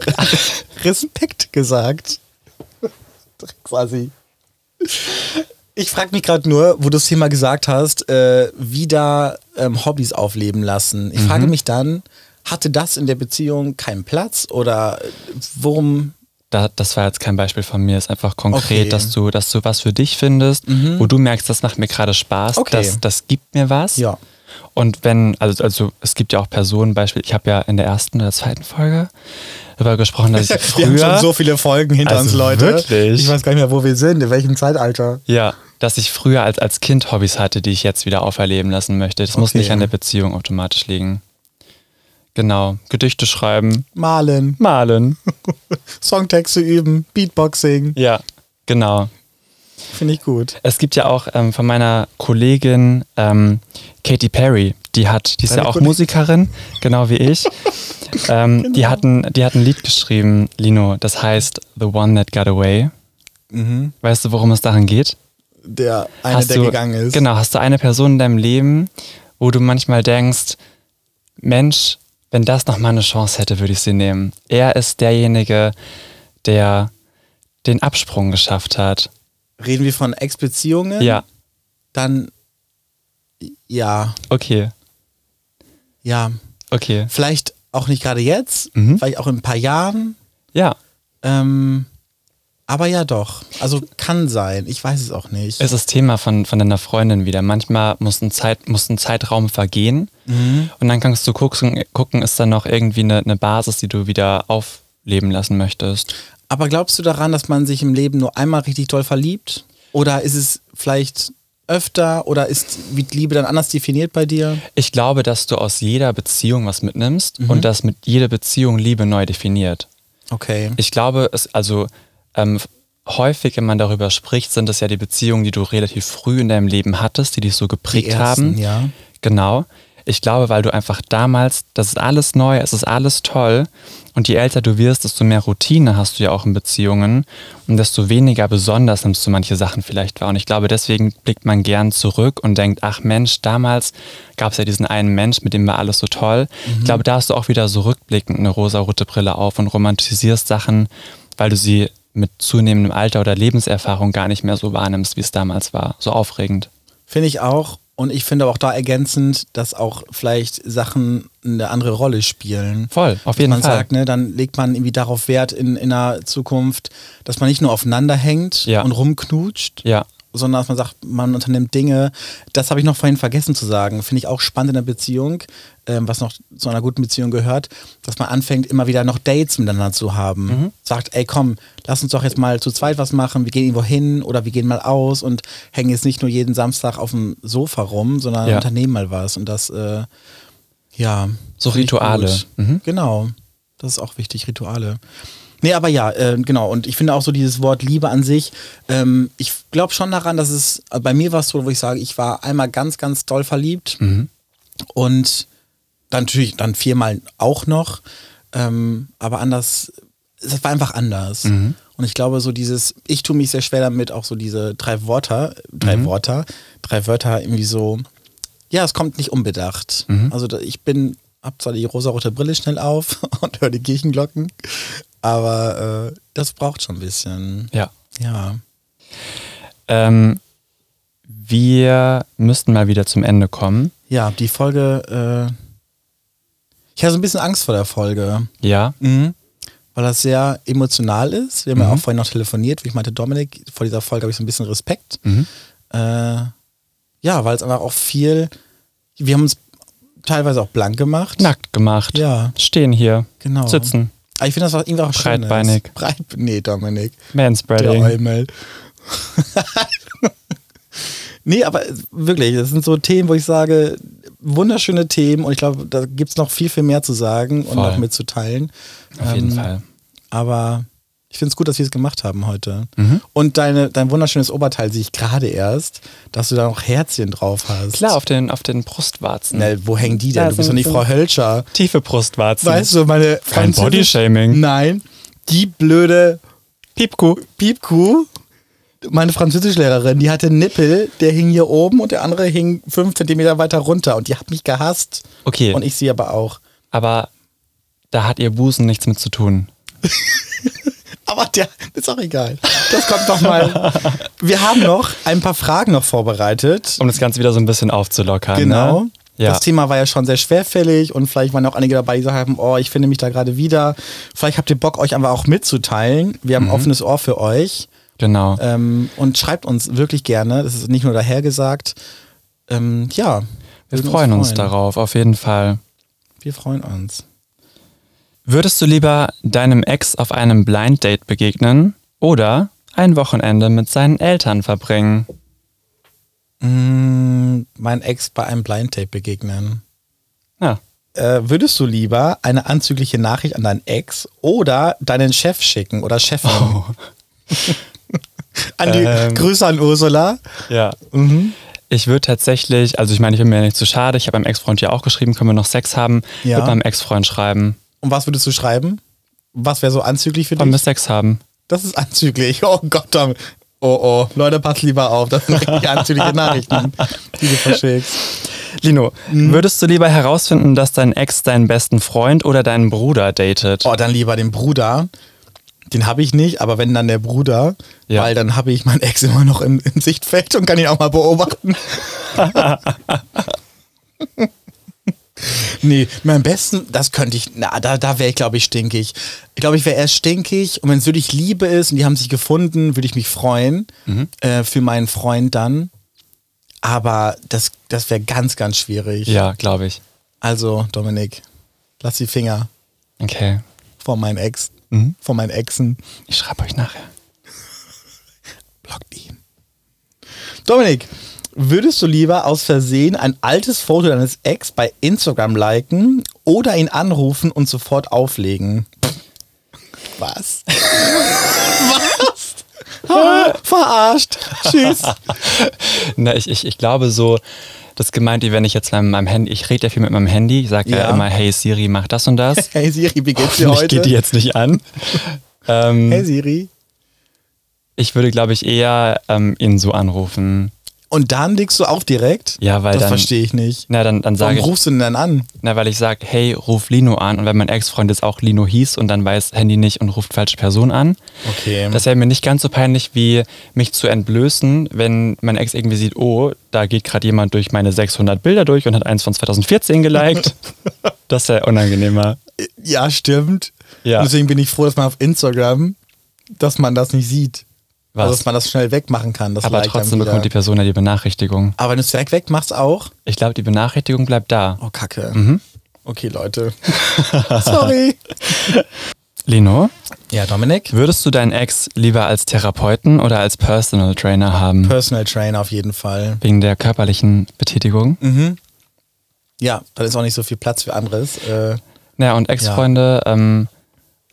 S1: Respekt gesagt. Quasi. Ich frage mich gerade nur, wo du das Thema gesagt hast, äh, wieder ähm, Hobbys aufleben lassen. Ich
S2: Mhm.
S1: frage mich dann, hatte das in der Beziehung keinen Platz oder äh, worum?
S2: Da, das war jetzt kein Beispiel von mir, ist einfach konkret,
S1: Okay. Mhm.
S2: dass du, dass du was für dich findest, wo du merkst, das macht mir gerade Spaß,
S1: Okay.
S2: das, das gibt mir was.
S1: Ja.
S2: Und wenn, also, also es gibt ja auch Personen, Beispiel, ich habe ja in der ersten oder zweiten Folge darüber gesprochen, dass ich
S1: wir haben schon
S2: früher,
S1: so viele Folgen hinter
S2: Also
S1: uns, Leute.
S2: wirklich?
S1: Ich weiß gar nicht mehr, wo wir sind, in welchem Zeitalter.
S2: ja, dass ich früher als, als Kind Hobbys hatte, die ich jetzt wieder auferleben lassen möchte. Das muss
S1: Okay.
S2: nicht an der Beziehung automatisch liegen. Genau. Gedichte schreiben,
S1: Malen,
S2: malen.
S1: Songtexte üben, Beatboxing.
S2: ja, genau.
S1: Finde ich gut.
S2: Es gibt ja auch ähm, von meiner Kollegin ähm, Katy Perry, die hat, die ist
S1: Deine
S2: ja auch
S1: Kollegin.
S2: Musikerin, genau wie ich. ähm, die,
S1: Genau.
S2: hat ein, die hat ein Lied geschrieben, Lino, das heißt The One That Got Away. Weißt du, worum es daran geht?
S1: der eine, der
S2: Mhm. du,
S1: gegangen ist.
S2: Genau, hast du eine Person in deinem Leben, wo du manchmal denkst, Mensch, wenn das nochmal eine Chance hätte, würde ich sie nehmen. Er ist derjenige, der den Absprung geschafft hat.
S1: Reden wir von Ex-Beziehungen?
S2: Ja.
S1: dann ja,
S2: Okay,
S1: ja.
S2: okay.
S1: Vielleicht auch nicht gerade jetzt,
S2: Mhm.
S1: vielleicht auch in ein paar Jahren.
S2: Ja,
S1: Ähm, aber ja doch. Also kann sein. Ich weiß es auch nicht.
S2: ist das Thema von, von deiner Freundin wieder. Manchmal muss ein, Zeit, muss ein Zeitraum vergehen und dann kannst du gucken, gucken ist da noch irgendwie eine, eine Basis, die du wieder aufleben lassen möchtest.
S1: aber glaubst du daran, dass man sich im Leben nur einmal richtig toll verliebt? Oder ist es vielleicht öfter? Oder ist wird Liebe dann anders definiert bei dir?
S2: Ich glaube, dass du aus jeder Beziehung was mitnimmst und dass mit jeder Beziehung Liebe neu definiert.
S1: Okay.
S2: Ich glaube, es, also ähm, f- häufig, wenn man darüber spricht, sind es ja die Beziehungen, die du relativ früh in deinem Leben hattest, die dich so geprägt
S1: Die ersten,
S2: haben.
S1: ja.
S2: Genau. Ich glaube, weil du einfach damals, das ist alles neu, es ist alles toll. Und je älter du wirst, desto mehr Routine hast du ja auch in Beziehungen und desto weniger besonders nimmst du manche Sachen vielleicht wahr. Und ich glaube, deswegen blickt man gern zurück und denkt, ach Mensch, damals gab es ja diesen einen Mensch, mit dem war alles so toll.
S1: Mhm.
S2: Ich glaube, da hast du auch wieder so rückblickend eine rosarote Brille auf und romantisierst Sachen, weil du sie mit zunehmendem Alter oder Lebenserfahrung gar nicht mehr so wahrnimmst, wie es damals war. So aufregend.
S1: Finde ich auch. Und ich finde aber auch da ergänzend, dass auch vielleicht Sachen eine andere Rolle spielen.
S2: Voll, auf
S1: Dass
S2: jeden
S1: man
S2: Fall.
S1: sagt, ne, dann legt man irgendwie darauf Wert in, in der Zukunft, dass man nicht nur aufeinander hängt
S2: Ja.
S1: und rumknutscht,
S2: Ja,
S1: sondern dass man sagt, man unternimmt Dinge. Das habe ich noch vorhin vergessen zu sagen. Finde ich auch spannend in der Beziehung, ähm, was noch zu einer guten Beziehung gehört, dass man anfängt, immer wieder noch Dates miteinander zu haben. Sagt, ey, komm, lass uns doch jetzt mal zu zweit was machen. Wir gehen irgendwo hin oder wir gehen mal aus und hängen jetzt nicht nur jeden Samstag auf dem Sofa rum, sondern
S2: Ja.
S1: unternehmen mal was. Und das, äh, ja.
S2: So
S1: finde ich
S2: Rituale.
S1: gut.
S2: Mhm.
S1: Genau. Das ist auch wichtig, Rituale. Nee, aber ja, äh, genau. Und ich finde auch so dieses Wort Liebe an sich, ähm, ich glaube schon daran, dass es, äh, bei mir war es so, wo ich sage, ich war einmal ganz, ganz doll verliebt
S2: Mhm.
S1: und dann natürlich, dann viermal auch noch, ähm, aber anders, es war einfach anders.
S2: Mhm.
S1: Und ich glaube, so dieses, ich tue mich sehr schwer damit, auch so diese drei Wörter, drei
S2: Mhm.
S1: Wörter, drei Wörter irgendwie so, ja, es kommt nicht unbedacht. Also da- ich bin, hab zwar die rosarote Brille schnell auf und höre die Kirchenglocken, aber äh, das braucht schon ein bisschen.
S2: ja.
S1: Ja.
S2: Ähm, wir müssten mal wieder zum Ende kommen.
S1: Ja, die Folge, äh, ich habe so ein bisschen Angst vor der Folge.
S2: Ja.
S1: weil das sehr emotional ist. Wir haben ja auch vorhin noch telefoniert, wie ich meinte, Dominik, vor dieser Folge habe ich so ein bisschen Respekt. Äh, ja, weil es einfach auch viel, wir haben uns teilweise auch blank gemacht.
S2: Nackt gemacht.
S1: Ja.
S2: Stehen hier.
S1: Genau.
S2: Sitzen.
S1: Aber ich finde, das war irgendwie auch schön.
S2: Breitbeinig.
S1: Breit, nee, Dominik. Der
S2: Manspreading.
S1: Eumel. nee, aber wirklich, das sind so Themen, wo ich sage, wunderschöne Themen und ich glaube, da gibt es noch viel, viel mehr zu sagen und
S2: Voll.
S1: noch mitzuteilen.
S2: Auf jeden
S1: Ähm,
S2: Fall.
S1: Aber ich finde es gut, dass wir es gemacht haben heute.
S2: Mhm.
S1: Und deine, dein wunderschönes Oberteil sehe ich gerade erst, dass du da noch Herzchen drauf hast.
S2: Klar, auf den, auf den Brustwarzen.
S1: Na, wo hängen die denn?
S2: Da
S1: du bist doch
S2: sind
S1: nicht
S2: sie.
S1: Frau Hölscher.
S2: Tiefe Brustwarzen.
S1: Weißt du, meine
S2: Kein
S1: französisch-
S2: Bodyshaming.
S1: Nein, die blöde
S2: Piepku.
S1: Piepkuh, meine Französischlehrerin, die hatte Nippel, der hing hier oben und der andere hing fünf Zentimeter weiter runter und die hat mich gehasst.
S2: Okay.
S1: Und ich sie aber auch.
S2: Aber da hat ihr Busen nichts mit zu tun.
S1: Aber der ist auch egal. Das kommt noch mal. Wir haben noch ein paar Fragen noch vorbereitet.
S2: Um das Ganze wieder so ein bisschen aufzulockern.
S1: Genau.
S2: Ne? Ja.
S1: Das Thema war ja schon sehr schwerfällig und vielleicht waren auch einige dabei, die gesagt haben, oh, ich finde mich da gerade wieder. Vielleicht habt ihr Bock, euch einfach auch mitzuteilen. Wir
S2: Mhm.
S1: haben ein offenes Ohr für euch
S2: Genau.
S1: ähm, und schreibt uns wirklich gerne. Das ist nicht nur dahergesagt. Ähm, ja.
S2: wir
S1: würden
S2: freuen uns darauf, auf jeden Fall.
S1: Wir freuen uns.
S2: Würdest du lieber deinem Ex auf einem Blind Date begegnen oder ein Wochenende mit seinen Eltern verbringen?
S1: Mm, mein Ex bei einem Blind Tape begegnen.
S2: Ja.
S1: Äh, würdest du lieber eine anzügliche Nachricht an deinen Ex oder deinen Chef schicken oder Chefin? an die
S2: Oh. Ähm.
S1: Grüße an Ursula.
S2: Ja. Mhm. Ich würde tatsächlich, also ich meine, ich bin mir ja nicht zu schade, ich habe meinem Ex-Freund ja auch geschrieben, können wir noch Sex haben,
S1: Ja.
S2: würde meinem Ex-Freund schreiben,
S1: Und was würdest du schreiben? Was wäre so anzüglich für
S2: wollen wir
S1: dich?
S2: Sex haben?
S1: Das ist anzüglich. Oh Gott, Tom. Oh oh, Leute, passt lieber auf. Das sind richtig anzügliche Nachrichten, die du verschickst.
S2: Lino, würdest du lieber herausfinden, dass dein Ex deinen besten Freund oder deinen Bruder datet?
S1: Oh, dann lieber den Bruder. Den habe ich nicht, aber wenn dann der Bruder,
S2: Ja.
S1: weil dann habe ich meinen Ex immer noch im, im Sichtfeld und kann ihn auch mal beobachten. nee, mein besten, das könnte ich, na, da, da wäre ich, glaube ich, stinkig. Ich glaube, ich wäre erst stinkig und wenn es wirklich Liebe ist und die haben sich gefunden, würde ich mich freuen
S2: Mhm.
S1: äh, für meinen Freund dann. Aber das, das wäre ganz, ganz schwierig.
S2: Ja, glaube ich.
S1: Also, Dominik, lass die Finger
S2: Okay.
S1: von meinen Ex, von meinen Exen.
S2: Ich schreibe euch nachher.
S1: Blockt ihn. Dominik, würdest du lieber aus Versehen ein altes Foto deines Ex bei Instagram liken oder ihn anrufen und sofort auflegen? Was? Was? Ah, Verarscht. Tschüss.
S2: Na, ich, ich, ich glaube so, das gemeint, wie wenn ich jetzt mit meinem Handy, ich rede ja viel mit meinem Handy, ich sage ja.
S1: Ja.
S2: immer, hey Siri, mach das und das.
S1: Hey Siri, wie geht's dir
S2: ich gehe die
S1: heute?
S2: jetzt nicht an. ähm,
S1: Hey Siri.
S2: Ich würde, glaube ich, eher ähm, ihn so anrufen.
S1: Und dann legst du auf direkt?
S2: Ja, weil
S1: das
S2: dann-
S1: verstehe ich nicht.
S2: Na, dann, dann
S1: Warum
S2: sage ich,
S1: rufst du ihn dann an?
S2: na, weil ich sage, hey, ruf Lino an. Und wenn mein Ex-Freund jetzt auch Lino hieß und dann weiß Handy nicht und ruft falsche Person an.
S1: Hm. Okay.
S2: Das wäre mir nicht ganz so peinlich, wie mich zu entblößen, wenn mein Ex irgendwie sieht, oh, da geht gerade jemand durch meine 600 Bilder durch und hat eins von 2014 geliked. das wäre unangenehmer.
S1: Ja, stimmt.
S2: Ja.
S1: Und Deswegen bin ich froh, dass man auf Instagram, dass man das nicht sieht.
S2: Was?
S1: Also, dass man das schnell wegmachen kann. Das
S2: Aber
S1: Like dann
S2: trotzdem
S1: wieder.
S2: bekommt die Person ja die Benachrichtigung.
S1: Aber wenn du es direkt wegmachst auch?
S2: Ich glaube, die Benachrichtigung bleibt da.
S1: Oh, kacke.
S2: Mhm.
S1: Okay, Leute. Sorry.
S2: Lino,
S1: Ja, Dominik?
S2: würdest du deinen Ex lieber als Therapeuten oder als Personal Trainer haben?
S1: Personal Trainer auf jeden Fall.
S2: Wegen der körperlichen Betätigung?
S1: Ja, dann ist auch nicht so viel Platz für anderes. Äh,
S2: Ja, und Ex-Freunde, ähm,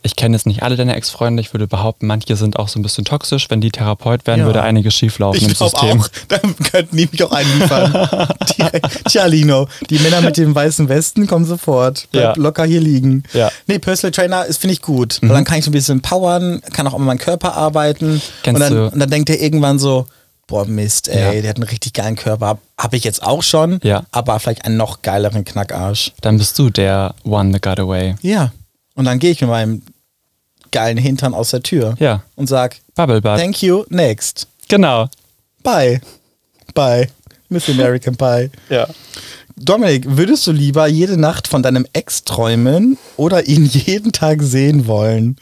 S2: ich kenne jetzt nicht alle deine Ex-Freunde. Ich würde behaupten, manche sind auch so ein bisschen toxisch. Wenn die Therapeut wären,
S1: Ja.
S2: würde einiges schieflaufen
S1: ich
S2: im
S1: glaube
S2: System.
S1: auch, dann könnten die mich auch einliefern. Direkt. Tja, Lino, die Männer mit den weißen Westen kommen sofort. Bleib
S2: Ja.
S1: locker hier liegen.
S2: Ja. Mhm.
S1: Nee, Personal Trainer ist, finde ich gut. Weil dann kann ich so ein bisschen powern, kann auch an meinem Körper arbeiten. und,
S2: Kennst
S1: dann,
S2: du-
S1: und dann denkt er irgendwann so, boah Mist, ey,
S2: Ja.
S1: der hat einen richtig geilen Körper. Habe hab ich jetzt auch schon,
S2: Ja.
S1: aber vielleicht einen noch geileren Knackarsch.
S2: Dann bist du der One that got away.
S1: Ja. Und dann gehe ich mit meinem geilen Hintern aus der Tür
S2: Ja.
S1: und sag,
S2: Bubble Butt.
S1: thank you, next.
S2: genau.
S1: Bye. Bye. Miss American Pie.
S2: Ja.
S1: Dominik, würdest du lieber jede Nacht von deinem Ex träumen oder ihn jeden Tag sehen wollen?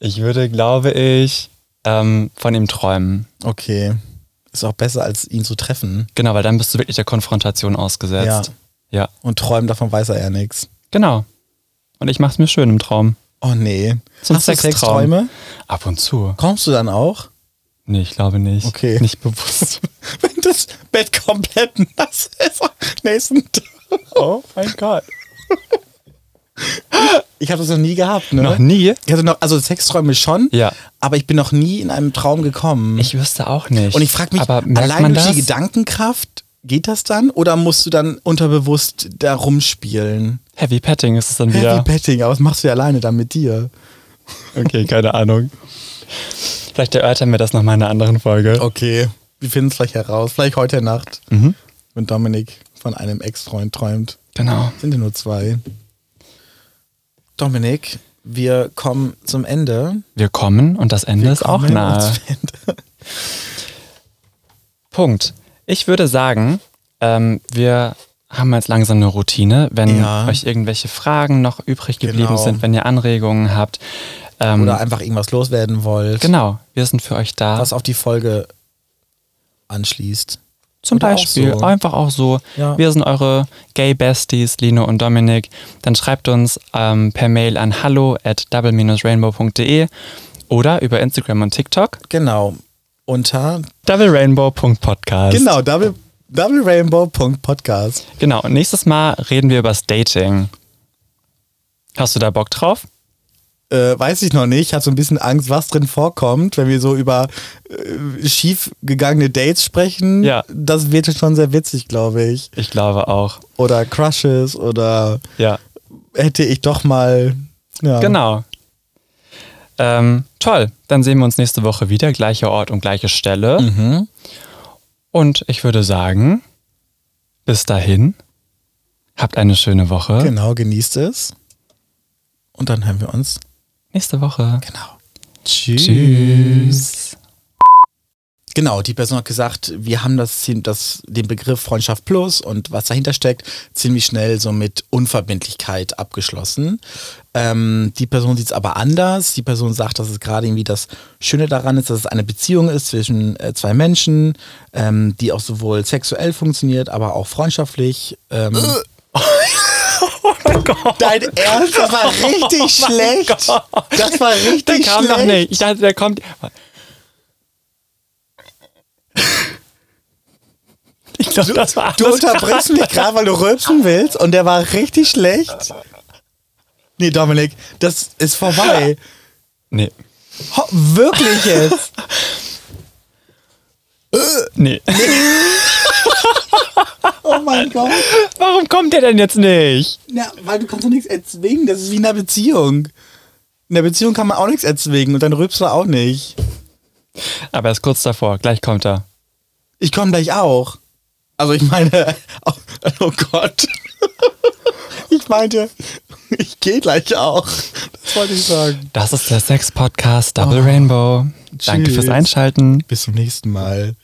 S2: Ich würde, glaube ich, ähm, von ihm träumen.
S1: Okay. Ist auch besser, als ihn zu treffen.
S2: Genau, weil dann bist du wirklich der Konfrontation ausgesetzt. Ja.
S1: Und träumen, davon weiß er ja nichts.
S2: Genau. Und ich mach's mir schön im Traum.
S1: Oh nee.
S2: So ein
S1: Hast du
S2: Sextraum.
S1: Sexträume?
S2: Ab und zu.
S1: Kommst du dann auch?
S2: Nee, ich glaube nicht.
S1: Okay.
S2: Nicht bewusst.
S1: Wenn das Bett komplett nass ist am nächsten Tag.
S2: oh mein Gott.
S1: Ich habe das noch nie gehabt, ne?
S2: Noch nie?
S1: Ich hatte noch, also Sexträume schon,
S2: Ja.
S1: aber ich bin noch nie in einem Traum gekommen.
S2: Ich wüsste auch nicht.
S1: Und ich frage mich,
S2: aber merkt
S1: allein
S2: man
S1: durch
S2: das?
S1: die Gedankenkraft, geht das dann? Oder musst du dann unterbewusst da rumspielen?
S2: Heavy Petting ist es dann wieder.
S1: Heavy Betting, aber was machst du ja alleine dann mit dir?
S2: Okay, keine Ahnung. Vielleicht erörtern wir das nochmal in einer anderen Folge.
S1: Okay, wir finden es vielleicht heraus. Vielleicht heute Nacht,
S2: Mhm.
S1: wenn Dominik von einem Ex-Freund träumt.
S2: Genau.
S1: Sind ja nur zwei. Dominik, wir kommen zum Ende.
S2: Wir kommen und das Ende
S1: Wir
S2: ist auch
S1: kommen
S2: nahe.
S1: zum Ende.
S2: Punkt. Ich würde sagen, ähm, wir haben jetzt langsam eine Routine. Wenn
S1: Ja.
S2: euch irgendwelche Fragen noch übrig geblieben
S1: Genau.
S2: sind, wenn ihr Anregungen habt. Ähm,
S1: Oder einfach irgendwas loswerden wollt,
S2: genau, wir sind für euch da.
S1: was auf die Folge anschließt.
S2: Zum
S1: Oder auch
S2: Beispiel,
S1: so.
S2: einfach auch so.
S1: Ja.
S2: Wir sind eure Gay Besties, Lino und Dominik. Dann schreibt uns ähm, per Mail an hallo at double-rainbow.de oder über Instagram und TikTok
S1: Genau. Unter
S2: doublerainbow.podcast.
S1: Genau, double, doublerainbow.podcast.
S2: Genau, und nächstes Mal reden wir übers Dating. Hast du da Bock drauf?
S1: Äh, weiß ich noch nicht. Ich habe so ein bisschen Angst, was drin vorkommt, wenn wir so über äh, schief gegangene Dates sprechen.
S2: Ja.
S1: Das wird schon sehr witzig, glaube ich.
S2: Ich glaube auch.
S1: Oder Crushes oder
S2: Ja.
S1: hätte ich doch mal. Ja.
S2: Genau. Ähm, toll. Dann sehen wir uns nächste Woche wieder. Gleicher Ort und gleiche Stelle. Und ich würde sagen, bis dahin, habt eine schöne Woche.
S1: Genau, genießt es. Und dann hören wir uns
S2: Nächste Woche.
S1: Genau.
S2: Tschüss.
S1: Genau, die Person hat gesagt, wir haben das, zie- das, den Begriff Freundschaft Plus und was dahinter steckt, ziemlich schnell so mit Unverbindlichkeit abgeschlossen. Ähm, die Person sieht es aber anders. Die Person sagt, dass es gerade irgendwie das Schöne daran ist, dass es eine Beziehung ist zwischen äh, zwei Menschen, ähm, die auch sowohl sexuell funktioniert, aber auch freundschaftlich. Ähm, Oh Dein Ernst, das war richtig schlecht. Das war richtig
S2: Oh, Der kam
S1: schlecht.
S2: noch nicht. Ich dachte, der kommt. Ich glaube, das war
S1: Du
S2: alles
S1: unterbrichst mich gerade, weil du rülpsen willst und der war richtig schlecht. Nee, Dominik, das ist vorbei.
S2: Nee.
S1: Ho wirklich jetzt.
S2: Nee.
S1: Oh mein Gott.
S2: Warum kommt der denn jetzt nicht?
S1: Na, weil du kannst doch nichts erzwingen. Das ist wie in einer Beziehung. In der Beziehung kann man auch nichts erzwingen und dann rülpst du auch nicht.
S2: Aber er ist kurz davor. Gleich kommt er.
S1: Ich komme gleich auch. Also ich meine, oh, oh Gott. Ich meinte, ich gehe gleich auch. Das wollte ich sagen.
S2: Das ist der Sex-Podcast Double Rainbow. Danke
S1: Tschüss.
S2: fürs Einschalten.
S1: Bis zum nächsten Mal.